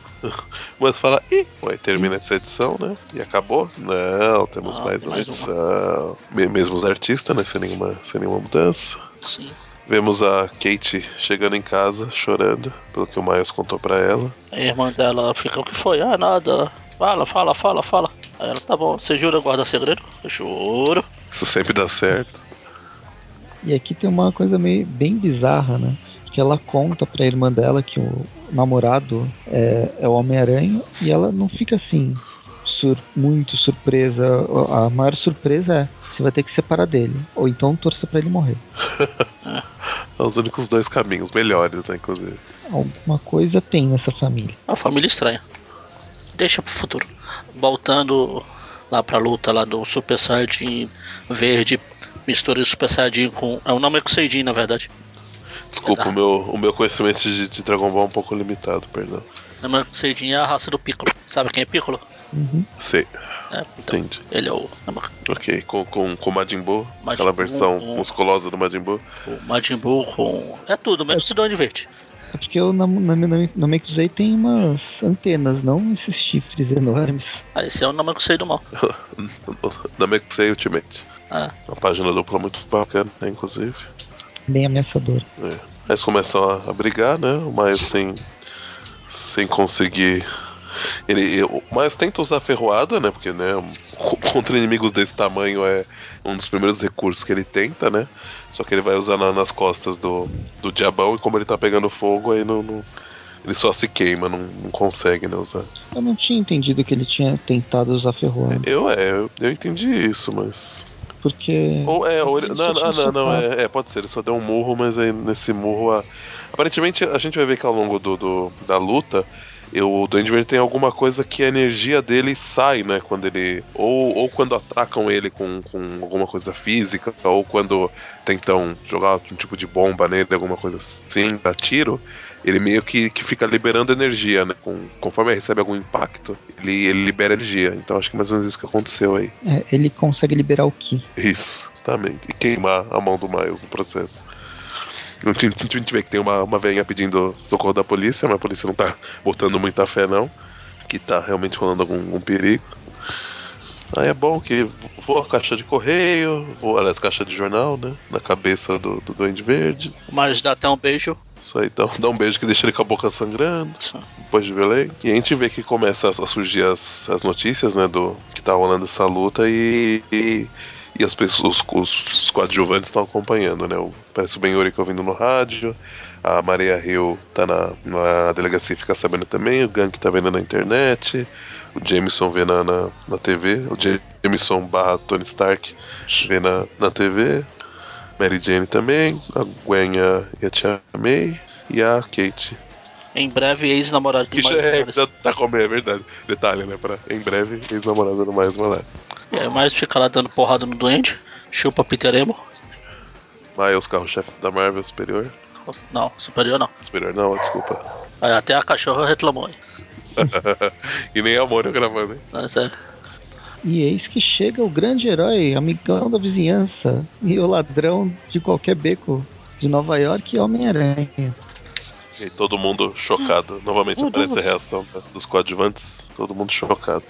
Speaker 4: Mas fala, ih, ué, termina essa edição, né? E acabou? Não, temos
Speaker 2: Ah,
Speaker 4: mais uma
Speaker 2: mais uma.
Speaker 4: edição. Me- Mesmos artistas, né? Sem nenhuma, sem nenhuma mudança.
Speaker 2: Sim.
Speaker 4: Vemos a Kate chegando em casa, chorando, pelo que o Miles contou pra ela.
Speaker 2: A irmã dela fica, o que foi? Ah, nada. Fala, fala, fala, fala. Aí ela, tá bom, você jura guardar segredo? Eu juro.
Speaker 4: Isso sempre dá certo.
Speaker 3: E aqui tem uma coisa meio bem bizarra, né? Que ela conta pra irmã dela que o namorado é, é o Homem-Aranha e ela não fica assim sur- muito surpresa. A maior surpresa é você vai ter que separar dele. Ou então torça pra ele morrer.
Speaker 4: É os únicos dois caminhos, melhores, né, inclusive.
Speaker 3: Alguma coisa tem nessa família.
Speaker 2: É uma família estranha. Deixa pro futuro. Voltando lá pra luta lá do Super Saiyajin verde. Mistura de Super Saiyajin com. É o nome é Kuseidin, na verdade.
Speaker 4: Desculpa, o meu, o meu conhecimento de, de Dragon Ball é um pouco limitado, perdão.
Speaker 2: O nome é Kuseidin é a raça do Piccolo. Sabe quem é Piccolo?
Speaker 3: Uhum.
Speaker 4: Sei,
Speaker 2: É, então,
Speaker 4: entendi.
Speaker 2: ele é o, Namor-
Speaker 4: Ok, com, com, com o Majin Buu,
Speaker 2: Majin
Speaker 4: aquela
Speaker 2: Buu, é.
Speaker 4: versão
Speaker 2: o-
Speaker 4: musculosa do Majin Buu.
Speaker 2: o Majin Buu com. É tudo, menos o Cidone Verde.
Speaker 3: É porque eu na, na, na, na Mekuzei tem umas antenas, não esses chifres enormes.
Speaker 2: Ah, esse é o nome Kuseidin do mal.
Speaker 4: Namekusei Ultimate.
Speaker 2: Ah,
Speaker 4: Uma página dupla muito bacana, né, inclusive.
Speaker 3: Bem ameaçador.
Speaker 4: É. Aí eles começam a, a brigar, né? O Miles sem, sem conseguir Ele, eu- mas tenta usar a ferroada, né? Porque, né? co- Contra inimigos desse tamanho é um dos primeiros recursos que ele tenta, né? Só que ele vai usar na- nas costas do, do diabão e como ele tá pegando fogo, aí não. não- ele só se queima, não, não consegue, né, usar.
Speaker 3: Eu não tinha entendido que ele tinha tentado usar ferroada.
Speaker 4: Eu é, eu, eu entendi isso, mas.
Speaker 3: Porque.
Speaker 4: Ou é, ou ele.
Speaker 3: Ele
Speaker 4: Não,
Speaker 3: só
Speaker 4: não,
Speaker 3: tinha
Speaker 4: não, não,
Speaker 3: chutado.
Speaker 4: é, é, pode ser, ele só deu um murro, mas aí nesse murro. A... Aparentemente a gente vai ver que ao longo do, do- da luta. eu- o Duende Verde tem alguma coisa que a energia dele sai, né? Quando ele. Ou, ou quando atacam ele com, com alguma coisa física, ou quando tentam jogar um tipo de bomba nele, alguma coisa assim, dá tiro. Ele meio que, que fica liberando energia, né? Com- conforme ele recebe algum impacto, ele, ele libera energia. Então acho que é mais ou menos isso que aconteceu aí.
Speaker 3: É, ele consegue liberar o Ki.
Speaker 4: Isso, exatamente. E queimar a mão do Miles no processo. A gente, a gente vê que tem uma, uma velhinha pedindo socorro da polícia, mas a polícia não tá botando muita fé, não. Que tá realmente rolando algum, algum perigo. Aí é bom que voa a caixa de correio, voa, aliás, caixa de jornal, né? Na cabeça do, do Duende Verde.
Speaker 2: Mas dá até um beijo.
Speaker 4: Isso aí dá, um- dá um beijo que deixa ele com a boca sangrando depois de Belém. E a gente vê que começa a surgir as, as notícias, né, do que tá rolando essa luta e, e, e as pessoas, os, os coadjuvantes estão acompanhando, né? O, parece o Ben Yuri que ouvindo no rádio, a Maria Hill tá na, na delegacia e fica sabendo também, o Gank tá vendo na internet, o Jameson vê na, na, na TV, o Ja- Jameson barra Tony Stark vê na, na TV, Mary Jane também, a Gwen e a- e a Tia May e a Kate
Speaker 2: Em breve, ex-namorado de
Speaker 4: isso
Speaker 2: Miles
Speaker 4: é,
Speaker 2: Morales.
Speaker 4: tá, tá como é, é verdade. Detalhe, né? Pra, em breve, ex-namorada do Miles Morales.
Speaker 2: É, mas fica lá dando porrada no duende. Chupa Peter Emo.
Speaker 4: Miles, carro-chefe da Marvel Superior.
Speaker 2: Não, superior não.
Speaker 4: Superior não, desculpa.
Speaker 2: Aí Até a cachorra reclamou. hein?
Speaker 4: e nem a Mônica gravando, hein?
Speaker 2: Mas é,
Speaker 3: E eis que chega o grande herói, amigão da vizinhança e o ladrão de qualquer beco de Nova York, Homem-Aranha.
Speaker 4: E todo mundo chocado. Novamente
Speaker 2: Meu
Speaker 4: aparece
Speaker 2: Deus.
Speaker 4: a reação da- dos coadjuvantes. Todo mundo chocado.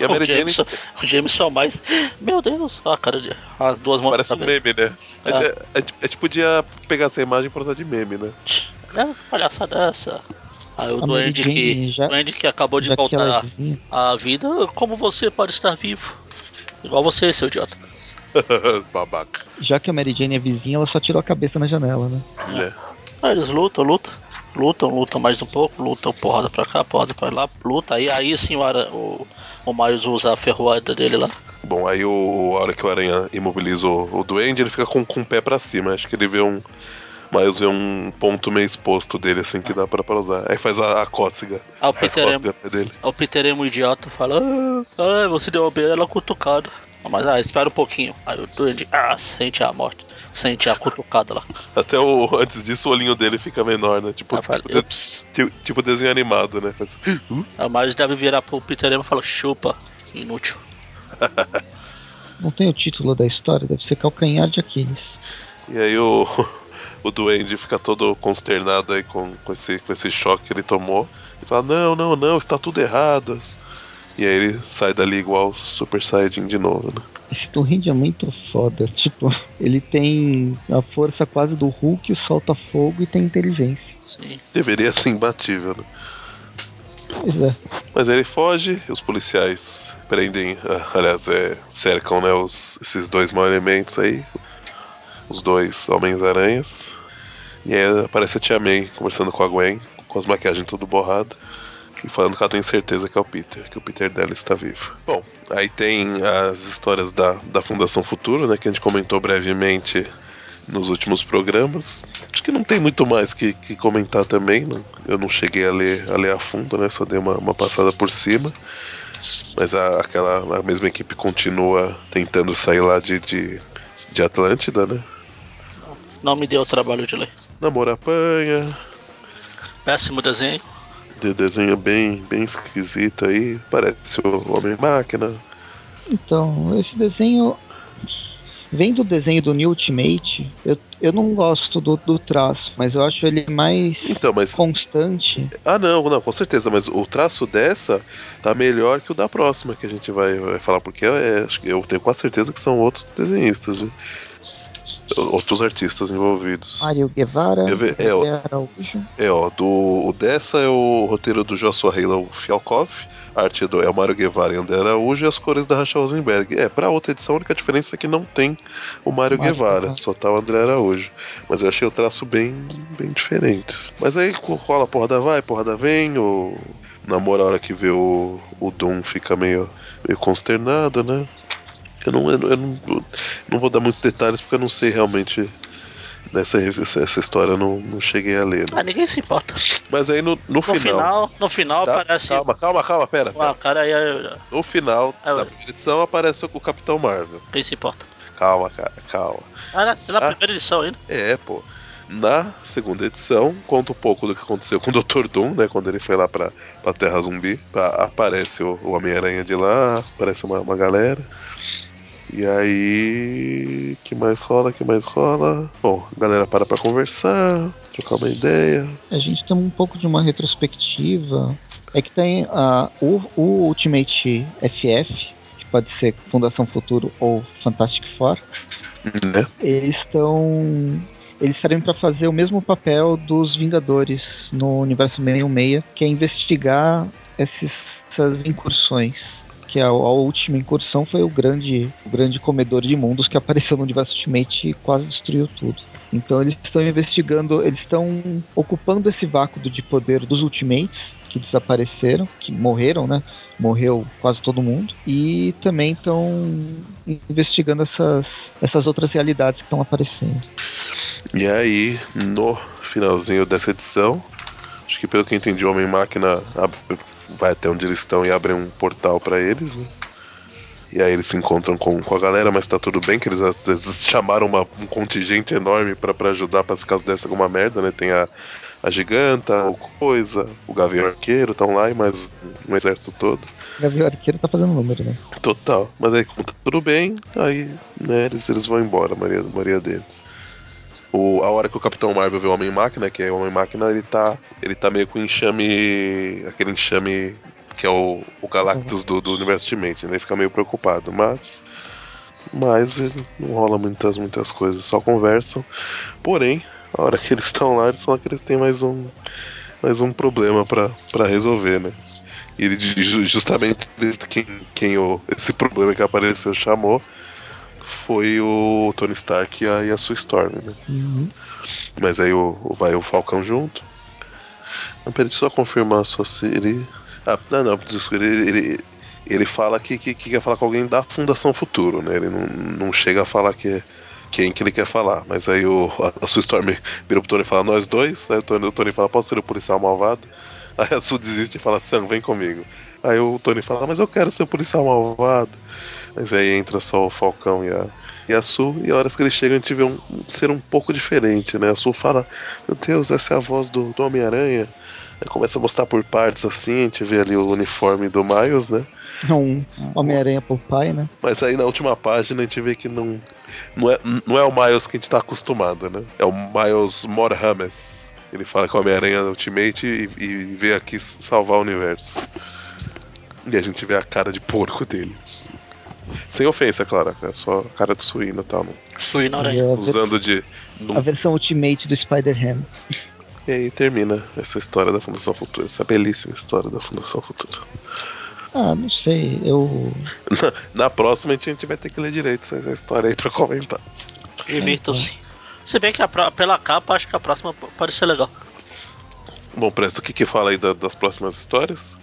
Speaker 4: E a
Speaker 2: o
Speaker 4: Mary Jane
Speaker 2: Jameson, o Jameson mais. Meu Deus! Ah, cara, de- as duas mãos
Speaker 4: parece um
Speaker 2: na cabeça.
Speaker 4: meme, né? A
Speaker 2: Ah.
Speaker 4: gente, a gente- a gente podia pegar essa imagem pra usar de meme, né?
Speaker 2: É, palhaçada essa. Aí o
Speaker 3: A Mary
Speaker 2: duende
Speaker 3: Jane
Speaker 2: que,
Speaker 3: já-
Speaker 2: duende que acabou de
Speaker 3: Já que ela é
Speaker 2: voltar
Speaker 3: vizinha.
Speaker 2: à vida, como você pode estar vivo? Igual você, seu idiota.
Speaker 4: Babaca.
Speaker 3: Já que a Mary Jane é vizinha, ela só tirou a cabeça na janela, né?
Speaker 2: Ah.
Speaker 4: Né?
Speaker 2: Aí eles lutam, lutam, lutam, lutam mais um pouco, lutam porrada pra cá, porrada pra lá, luta. Aí, aí sim o, Ara- o, o Miles usa a ferroada dele lá.
Speaker 4: Bom, aí o, a hora que o Aranha imobiliza o, o Duende, ele fica com, com o pé pra cima. Acho que ele vê um. Miles vê um ponto meio exposto dele, assim, que dá pra, pra usar. Aí faz a, a cócega.
Speaker 2: Ah, o
Speaker 4: Faz
Speaker 2: Peter
Speaker 4: cócega no pé dele.
Speaker 2: Aí O Peter é um idiota, fala, ah, ah, você deu a ela cutucada. Ah, Mas ah, espera um pouquinho. Aí o Duende, ah, sente a morte, sente a cutucada lá.
Speaker 4: Até o. Antes disso, o olhinho dele fica menor, né? Tipo,
Speaker 2: Aí fala,
Speaker 4: tipo,
Speaker 2: ups.
Speaker 4: tipo, tipo desenho animado, né? Faz-
Speaker 2: Aí o Miles deve virar pro Peter Emo e falar, chupa, inútil.
Speaker 3: Não tem o título da história, deve ser Calcanhar de Aquiles.
Speaker 4: E aí o, o Duende fica todo consternado aí com, com, esse, com esse choque que ele tomou. Ele fala, não, não, não, está tudo errado. E aí ele sai dali igual Super Saiyajin de novo, né?
Speaker 3: Esse Duende é muito foda. Tipo, ele tem a força quase do Hulk, o solta fogo e tem inteligência.
Speaker 2: Sim.
Speaker 4: Deveria ser imbatível, né?
Speaker 3: Pois é.
Speaker 4: Mas aí ele foge e os policiais prendem, ah, aliás, é, cercam né, os, esses dois mal elementos aí, os dois Homens-Aranhas. E aí aparece a Tia May conversando com a Gwen, com as maquiagens tudo borrada, e falando que ela tem certeza que é o Peter, que o Peter dela está vivo. Bom, aí tem as histórias da, da Fundação Futuro, né, que a gente comentou brevemente nos últimos programas. Acho que não tem muito mais que, que comentar também. não- eu não cheguei a ler, a ler a fundo, né? Só dei uma, uma passada por cima. Mas a, aquela a mesma equipe continua tentando sair lá de, de, de Atlântida, né?
Speaker 2: Não me deu o trabalho de ler.
Speaker 4: Namoro apanha,
Speaker 2: Péssimo desenho.
Speaker 4: de desenho bem, bem esquisito aí. Parece o Homem-Máquina.
Speaker 3: Então, esse desenho. Vendo o desenho do New Ultimate, eu, eu não gosto do, do traço, mas eu acho ele mais
Speaker 4: Então, mas.
Speaker 3: constante.
Speaker 4: Ah, não, não, com certeza, mas o traço dessa tá melhor que o da próxima que a gente vai, vai falar, porque é, acho que eu tenho quase certeza que são outros desenhistas, viu? outros artistas envolvidos.
Speaker 3: Mário Guevara,
Speaker 4: Eu ve- é, ó.
Speaker 3: José Araújo.
Speaker 4: É, ó, do, o dessa é o roteiro do Joshua Halo Fialkov, arte do Elmário Guevara e André Araújo e as cores da Racha Rosenberg. É, pra outra edição a única diferença é que não tem o Mário
Speaker 3: Mário
Speaker 4: Guevara,
Speaker 3: Guevara.
Speaker 4: só tá o André Araújo. Mas eu achei o traço bem, bem diferente. Mas aí rola a porra da vai, porra da vem, o namoro a hora que vê o, o Doom fica meio, meio consternado, né? Eu não, eu, não- eu não, eu não vou dar muitos detalhes porque eu não sei realmente. Nessa essa, essa história eu não, não cheguei a ler. né?
Speaker 2: Ah, ninguém se importa.
Speaker 4: Mas aí no, no
Speaker 2: No
Speaker 4: final.
Speaker 2: final, no final
Speaker 4: Tá?
Speaker 2: aparece.
Speaker 4: Calma, calma, calma, pera.
Speaker 2: Ah, o cara aí é-
Speaker 4: No final
Speaker 2: Ah,
Speaker 4: da
Speaker 2: ué.
Speaker 4: primeira edição aparece o Capitão Marvel.
Speaker 2: quem se importa.
Speaker 4: Calma, cara, calma.
Speaker 2: Ah, na, na
Speaker 4: Ah.
Speaker 2: primeira edição ainda.
Speaker 4: É, pô. Na segunda edição, conta um pouco do que aconteceu com o Dr. Doom, né? Quando ele foi lá pra, pra Terra Zumbi. Pra- aparece o, o Homem-Aranha de lá, aparece uma, uma galera. E aí. que mais rola? que mais rola? Bom, a galera para pra conversar, trocar uma ideia.
Speaker 3: A gente tem um pouco de uma retrospectiva. É que tem ah, o, o Ultimate FF, que pode ser Fundação Futuro ou Fantastic Four.
Speaker 4: Né?
Speaker 3: Eles estão. Eles estariam para fazer o mesmo papel dos Vingadores no universo 616, que é investigar esses- essas incursões. Que a, a última incursão foi o grande, o grande comedor de mundos que apareceu no universo Ultimate e quase destruiu tudo. Então eles estão investigando, eles estão ocupando esse vácuo de poder dos Ultimates, que desapareceram, que morreram, né? Morreu quase todo mundo. E também estão investigando essas, essas outras realidades que estão aparecendo.
Speaker 4: E aí, no finalzinho dessa edição, acho que pelo que eu entendi, o Homem-Máquina ab- vai até onde eles estão e abre um portal pra eles, né? E aí eles se encontram com, com a galera, mas tá tudo bem, que eles, às vezes chamaram uma- um contingente enorme pra pra ajudar pra se caso desse alguma merda, né? Tem a, a giganta, o coisa, o Gavião Arqueiro, estão lá e mais um exército todo.
Speaker 3: Gabriel Arqueiro tá fazendo número, né?
Speaker 4: Total. Mas aí como tá tudo bem, aí né, eles, eles vão embora, a maioria, a maioria deles. O, a hora que o Capitão Marvel vê o Homem-Máquina, que é o Homem-Máquina, ele tá, ele tá meio com enxame. aquele enxame que é o, o Galactus do, do universo de mente, né? Ele fica meio preocupado, mas. Mas ele não rola muitas, muitas coisas, só conversam. Porém, a hora que eles estão lá, eles falam que eles têm mais um, mais um problema pra pra resolver, né? E ele diz ju- justamente quem, quem o, esse problema que apareceu chamou foi o Tony Stark e a, e a Sue Storm, né? Mas aí o, o- vai o Falcão junto. Não, peraí, deixa eu só confirmar só se ele. Ah, não, não, desculpa, ele, ele, ele fala que, que, que quer falar com alguém da Fundação Futuro, né? Ele não, não chega a falar que é quem que ele quer falar. Mas aí o, a, a Sue Storm vira pro Tony e fala, nós dois, aí o Tony, o Tony fala, posso ser o policial malvado? Aí a Sue desiste e fala, Sam, vem comigo. Aí o Tony fala, mas eu quero ser o policial malvado. Mas aí entra só o Falcão e a, e a Su, e a horas que eles chegam, a gente vê um um ser um pouco diferente, né? A Su fala, meu Deus, essa é a voz do, do Homem-Aranha. Aí começa a mostrar por partes assim, a gente vê ali o uniforme do Miles, né?
Speaker 3: É um Homem-Aranha Popeye, né?
Speaker 4: Mas aí na última página a gente vê que não, não, é, não é o Miles que a gente tá acostumado, né? É o Miles Morhames. Ele fala que o Homem-Aranha é Ultimate e, e veio aqui s- salvar o universo. E a gente vê a cara de porco dele. Sem ofensa, claro, é só a cara do suíno e tal. Não.
Speaker 2: Suína
Speaker 3: E
Speaker 2: aranha.
Speaker 4: É,
Speaker 3: a, vers-
Speaker 4: Usando de. um
Speaker 3: a
Speaker 4: não-
Speaker 3: versão Ultimate do Spider-Ham.
Speaker 4: E aí termina essa história da Fundação Futura, essa belíssima história da Fundação Futura.
Speaker 3: Ah, não sei, eu.
Speaker 4: Na próxima a gente vai ter que ler direito essa essa história aí pra comentar.
Speaker 2: Divirtam-se. É. Se bem que a pró- pela capa, acho que a próxima p- pode ser legal.
Speaker 4: Bom, Presto, o que que fala aí da- das próximas histórias?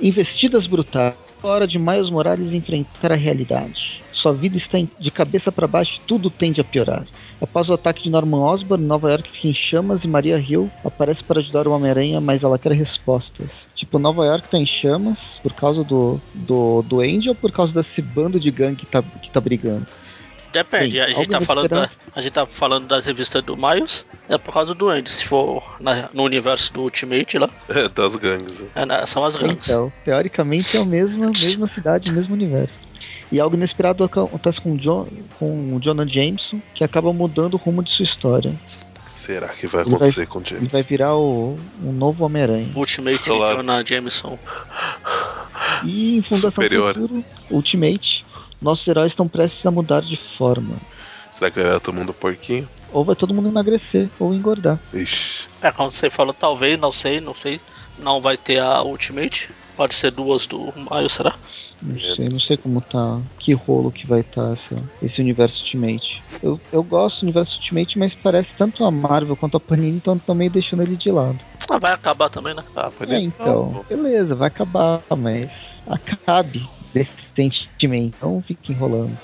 Speaker 3: Investidas brutais. é Hora de Miles Morales enfrentar a realidade. Sua vida está em- de cabeça para baixo e tudo tende a piorar. Após o ataque de Norman Osborn, Nova York fica em chamas e Maria Hill aparece para ajudar o Homem-Aranha, mas ela quer respostas. Tipo, Nova York tá em chamas por causa do, do, do Angel ou por causa desse bando de gangue que tá, que tá brigando?
Speaker 2: Depende,
Speaker 3: Sim,
Speaker 2: a, gente
Speaker 3: algo
Speaker 2: tá
Speaker 3: vou
Speaker 2: falando da,
Speaker 3: esperar.
Speaker 2: a gente tá falando das revistas do Miles, é por causa do Andy. Se for na- no universo do Ultimate lá,
Speaker 4: É, das gangues. né?
Speaker 2: é na- são as grandes.
Speaker 3: Então, teoricamente é a mesma, mesma cidade, mesmo universo. E algo inesperado aca- acontece com, o John, com o Jonah Jameson, que acaba mudando o rumo de sua história.
Speaker 4: Será que vai
Speaker 3: Ele vai-
Speaker 4: acontecer com o
Speaker 3: Ele
Speaker 4: James?
Speaker 3: vai virar o, um novo Homem-Aranha.
Speaker 2: Ultimate
Speaker 4: Claro.
Speaker 2: de Jonah Jameson.
Speaker 3: E em Fundação
Speaker 4: Superior.
Speaker 3: Futuro, Ultimate, nossos heróis estão prestes a mudar de forma.
Speaker 4: Será que vai virar todo mundo porquinho?
Speaker 3: Ou vai todo mundo emagrecer ou engordar.
Speaker 4: Ixi.
Speaker 2: É, quando você falou, talvez, não sei, não sei. Não vai ter a Ultimate. Pode ser duas do maio, será?
Speaker 3: Não sei, não sei como tá. Que rolo que vai estar esse universo Ultimate. Eu, eu gosto do universo Ultimate, mas parece tanto a Marvel quanto a Panini, então estão meio deixando ele de lado.
Speaker 2: Ah, vai acabar também, né?
Speaker 4: Ah, pode
Speaker 3: É, então, beleza, vai acabar, mas acabe decentemente. Não fique enrolando.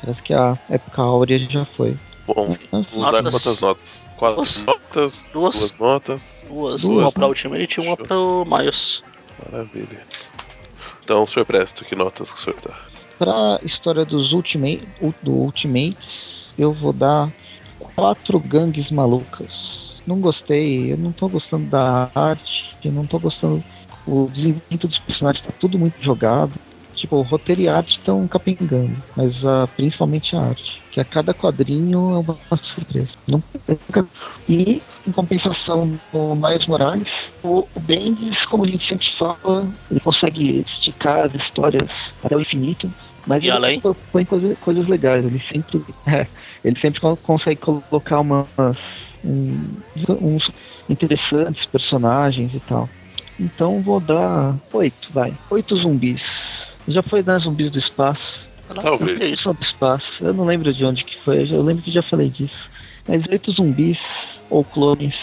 Speaker 3: Parece que a época áurea já foi.
Speaker 4: Bom,
Speaker 3: Mas,
Speaker 4: vamos dar
Speaker 2: Notas.
Speaker 4: quantas notas? Quatro
Speaker 2: Duas.
Speaker 4: notas,
Speaker 2: Duas.
Speaker 4: duas notas.
Speaker 2: Duas.
Speaker 4: Duas.
Speaker 2: Uma pra Ultimate e uma
Speaker 4: Show.
Speaker 2: pro Miles.
Speaker 4: Maravilha. Então, senhor Presto, que notas que o senhor tá, dá?
Speaker 3: pra história dos Ultimate, do Ultimates, eu vou dar quatro gangues malucas. Não gostei, eu não tô gostando da arte, eu não tô gostando. O desenvolvimento dos personagens tá tudo muito jogado. Tipo, o roteiro e a arte estão capengando, mas ah, principalmente a arte. Que a cada quadrinho é uma, uma surpresa. Não- E, em compensação, o Miles Morales, o, o Bendis, como a gente sempre fala, ele consegue esticar as histórias até o infinito. Mas
Speaker 2: E
Speaker 3: ele
Speaker 2: além?
Speaker 3: propõe coisa- coisas legais. Ele sempre, é, ele sempre co- consegue colocar umas, um- uns interessantes personagens e tal. Então vou dar oito, vai. Oito zumbis. Já foi dar zumbis do espaço.
Speaker 4: Talvez.
Speaker 2: Que é isso?
Speaker 3: Sobre espaço, eu não lembro de onde que foi, eu lembro que já falei disso. Mas oito zumbis ou clones,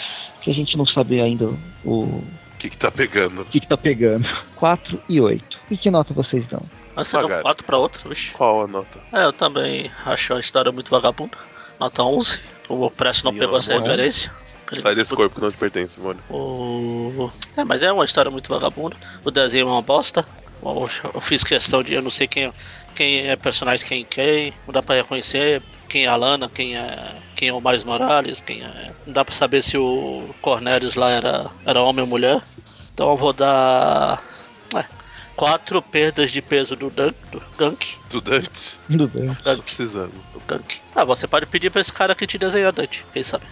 Speaker 3: que a gente não sabe ainda o
Speaker 4: O que, que tá pegando?
Speaker 3: que, que tá pegando. 4 e 8. E que nota vocês dão?
Speaker 2: Mas você deu
Speaker 4: Vagabundo.
Speaker 2: um quatro pra outra, vixe.
Speaker 4: Qual a nota?
Speaker 2: É, eu também achei a história muito vagabunda. Nota 11. O Presto não
Speaker 4: Ih,
Speaker 2: pegou
Speaker 4: eu
Speaker 2: essa
Speaker 4: amo essa.
Speaker 2: referência. Ele
Speaker 4: Sai desse
Speaker 2: disputa-
Speaker 4: corpo que não te pertence, mano.
Speaker 2: O... É, mas é uma história muito vagabunda. O desenho é uma bosta. Eu eu fiz questão de eu não sei quem, quem é personagem, quem quem. Não dá pra reconhecer quem é a Lana, quem é, quem é o Mais Morales, quem é. Não dá pra saber se o Cornelius lá era, era homem ou mulher. Então eu vou dar. é, quatro perdas de peso do Dunk. Do Gunk.
Speaker 4: Do Dante?
Speaker 3: Tudo
Speaker 2: É
Speaker 3: bem.
Speaker 4: Tô precisando.
Speaker 2: Do Gunk. Tá, você pode pedir pra esse cara que te desenhou, Dante, quem sabe.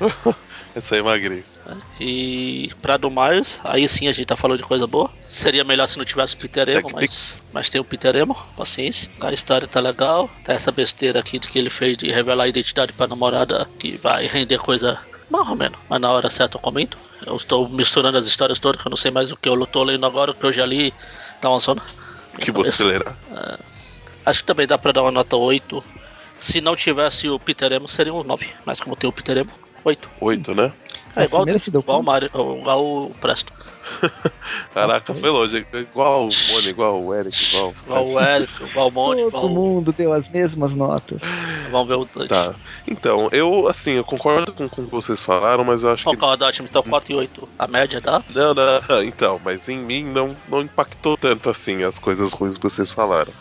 Speaker 4: Essa aí magrei.
Speaker 2: né? E pra do Miles, aí sim a gente tá falando de coisa boa. Seria melhor se não tivesse o Peter Emo,
Speaker 4: Tec-
Speaker 2: mas, mas tem o Peter Emo, paciência. A história tá legal. Tá essa besteira aqui do que ele fez de revelar a identidade pra namorada, que vai render coisa mais ou menos. Mas na hora certa eu comento. Eu estou misturando as histórias todas, que eu não sei mais o que eu tô lendo agora, o que eu já li. Tá uma zona.
Speaker 4: Que vou acelerar.
Speaker 2: Acho que também dá pra dar uma nota 8. Se não tivesse o Peter Emo, seria um 9. Mas como tem o Peter Emo, 8.
Speaker 4: Oito, né?
Speaker 2: É igual,
Speaker 3: primeira se deu
Speaker 2: igual o
Speaker 3: conta?
Speaker 2: Mario, igual o Presto.
Speaker 4: Caraca, foi longe. Igual o Mônio, igual o Eric, igual.
Speaker 2: Igual o Eric, igual o Monte, igual
Speaker 3: Todo
Speaker 2: o...
Speaker 3: mundo deu as mesmas notas.
Speaker 2: Vamos ver o Dante.
Speaker 4: Tá. Então, eu, assim, eu concordo com, com o que vocês falaram, mas eu acho
Speaker 2: Qual
Speaker 4: que.
Speaker 2: que é o Dante? Então 4 e 8. A média dá?
Speaker 4: Não, não, então, mas em mim não, não impactou tanto assim as coisas ruins que vocês falaram.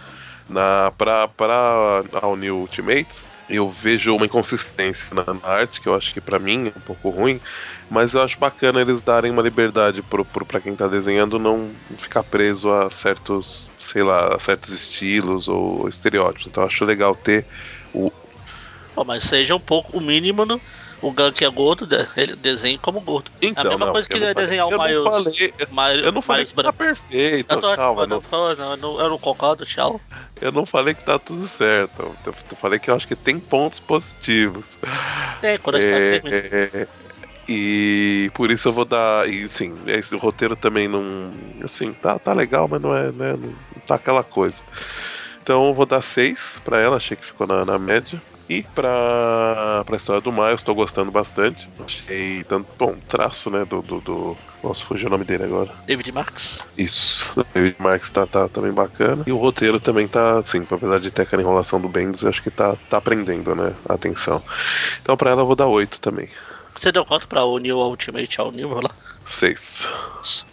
Speaker 4: Na, pra, pra All New Ultimates, eu vejo uma inconsistência na, na arte, que eu acho que pra mim é um pouco ruim, mas eu acho bacana eles darem uma liberdade pro, pro, pra quem tá desenhando não ficar preso a certos, sei lá, a certos estilos ou estereótipos. Então eu acho legal ter
Speaker 2: Pô, mas seja um pouco, o mínimo, no- o Gank é gordo, de- ele desenha como gordo.
Speaker 4: Então,
Speaker 2: é a mesma
Speaker 4: não,
Speaker 2: coisa que
Speaker 4: eu não
Speaker 2: ele
Speaker 4: falei-
Speaker 2: desenhar
Speaker 4: eu
Speaker 2: o
Speaker 4: não
Speaker 2: Miles,
Speaker 4: falei-
Speaker 2: Miles,
Speaker 4: Eu não falei
Speaker 2: Miles
Speaker 4: que tá
Speaker 2: Branco.
Speaker 4: perfeito,
Speaker 2: Eu, tô,
Speaker 4: calma,
Speaker 2: eu,
Speaker 4: não,
Speaker 2: não, eu, não, eu, não, eu não concordo, tchau.
Speaker 4: eu não falei que tá tudo certo. Eu, eu falei que eu acho que tem pontos positivos.
Speaker 2: Tem, quando a tá história
Speaker 4: É,
Speaker 2: termina.
Speaker 4: é, e por isso eu vou dar. E sim, esse roteiro também não. Assim, tá, tá legal, mas não é, né, não tá aquela coisa. Então eu vou dar seis pra ela, achei que ficou na, na média. E pra, pra história do Miles, tô gostando bastante. Achei tanto. Bom, traço, né? Do. do, do nossa, fugiu o nome dele agora.
Speaker 2: David Marx.
Speaker 4: Isso, o David Marx tá, tá também bacana. E o roteiro também tá, assim, apesar de ter aquela enrolação do Bendis, eu acho que tá, tá prendendo, né? A atenção. Então pra ela eu vou dar 8 também.
Speaker 2: Você deu quanto pra o New Ultimate ao nível lá?
Speaker 4: 6.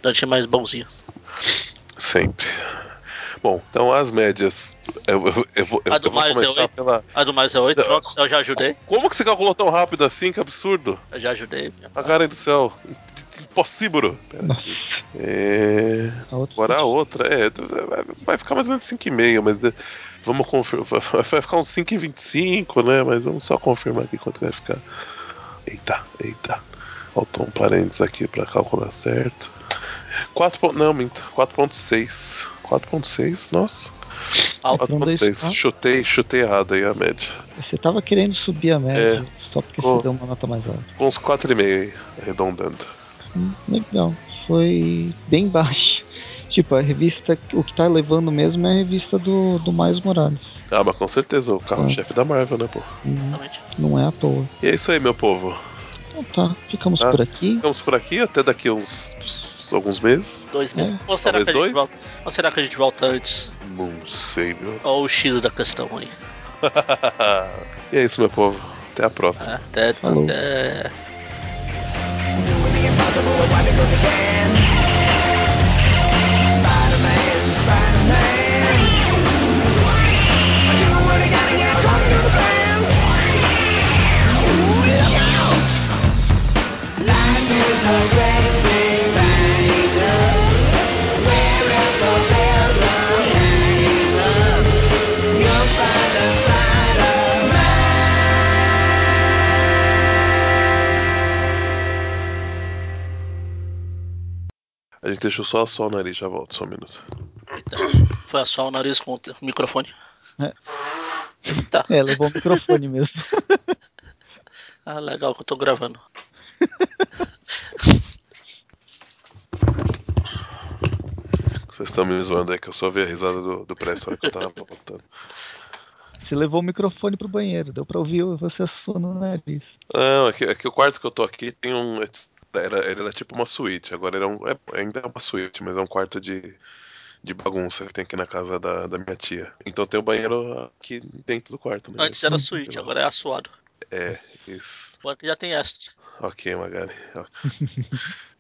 Speaker 2: Dante é mais bonzinho.
Speaker 4: Sempre. Bom, então as médias. Eu, eu- eu vou,
Speaker 2: A do
Speaker 4: eu vou
Speaker 2: Miles é
Speaker 4: começar
Speaker 2: oito?
Speaker 4: pela.
Speaker 2: A do mais é 8,
Speaker 4: Não.
Speaker 2: pronto, eu já ajudei.
Speaker 4: Como que você calculou tão rápido assim? Que absurdo!
Speaker 2: Eu já ajudei.
Speaker 4: A cara do céu! Impossível! Pera.
Speaker 3: Nossa,
Speaker 4: É.
Speaker 3: a outra.
Speaker 4: Agora a outra, é, tu- vai ficar mais ou menos 5,5, mas eh, vamos confirmar. Vai ficar uns 5,25, né? Mas vamos só confirmar aqui quanto vai ficar. Eita, eita. Faltou um parênteses aqui pra calcular certo. 4 ponto, não, minto. 4,6. 4,6, nossa.
Speaker 2: Alto.
Speaker 3: Ah.
Speaker 4: 4,6. Chutei, chutei errado aí a média.
Speaker 3: Você tava querendo subir a
Speaker 2: É.
Speaker 3: média, só porque
Speaker 4: Pô.
Speaker 3: você deu uma nota mais alta.
Speaker 4: Com uns 4,5 aí, arredondando.
Speaker 3: Hum, legal, foi bem baixo. Tipo, a revista, o que tá levando mesmo é a revista do, do Miles Morales.
Speaker 4: Ah, mas com certeza, o carro-chefe da Marvel, né, pô?
Speaker 3: Não,
Speaker 2: Exatamente.
Speaker 3: não é à toa.
Speaker 4: E é isso aí, meu povo.
Speaker 3: Então tá, ficamos
Speaker 4: Ah.
Speaker 3: por aqui.
Speaker 4: Ficamos por aqui, até daqui uns, uns- alguns meses.
Speaker 2: Dois meses. Ou, será
Speaker 4: Um? talvez
Speaker 2: que a gente
Speaker 4: dois?
Speaker 2: volta, ou será que a gente volta antes?
Speaker 4: Não sei, meu.
Speaker 2: Olha o X da questão aí. né?
Speaker 4: e é isso, meu povo. Até a próxima.
Speaker 2: né? Até,
Speaker 3: Falou.
Speaker 2: até
Speaker 1: doing the impossible and why it goes again. Spider-Man, Spider-Man. I do what I gotta get according to the plan. Ooh, look out! Life is a great big bang up. Wherever there's a hang up, you'll find a Spider-Man.
Speaker 2: Ah.
Speaker 4: A gente deixou só só o nariz, já volto, só um minuto.
Speaker 2: Foi só o nariz com o te- microfone.
Speaker 3: É.
Speaker 2: Tá.
Speaker 3: É, levou o microfone mesmo.
Speaker 2: Ah, legal que eu tô gravando.
Speaker 4: Vocês estão me zoando aí que eu só vi a risada do, do Press na hora que eu tava voltando.
Speaker 3: Você levou o microfone pro banheiro, deu pra ouvir você assoando no nariz.
Speaker 4: Não, é que, é que o quarto que eu tô aqui tem um. Era, ele era tipo uma suíte, agora era um, é- ainda é uma suíte, mas é um quarto de, de bagunça que tem aqui na casa da, da minha tia. Então tem o banheiro aqui dentro do quarto, né?
Speaker 2: Antes era suíte, agora é assuado.
Speaker 4: É, isso.
Speaker 2: Agora Já tem extra.
Speaker 4: Ok, Magari.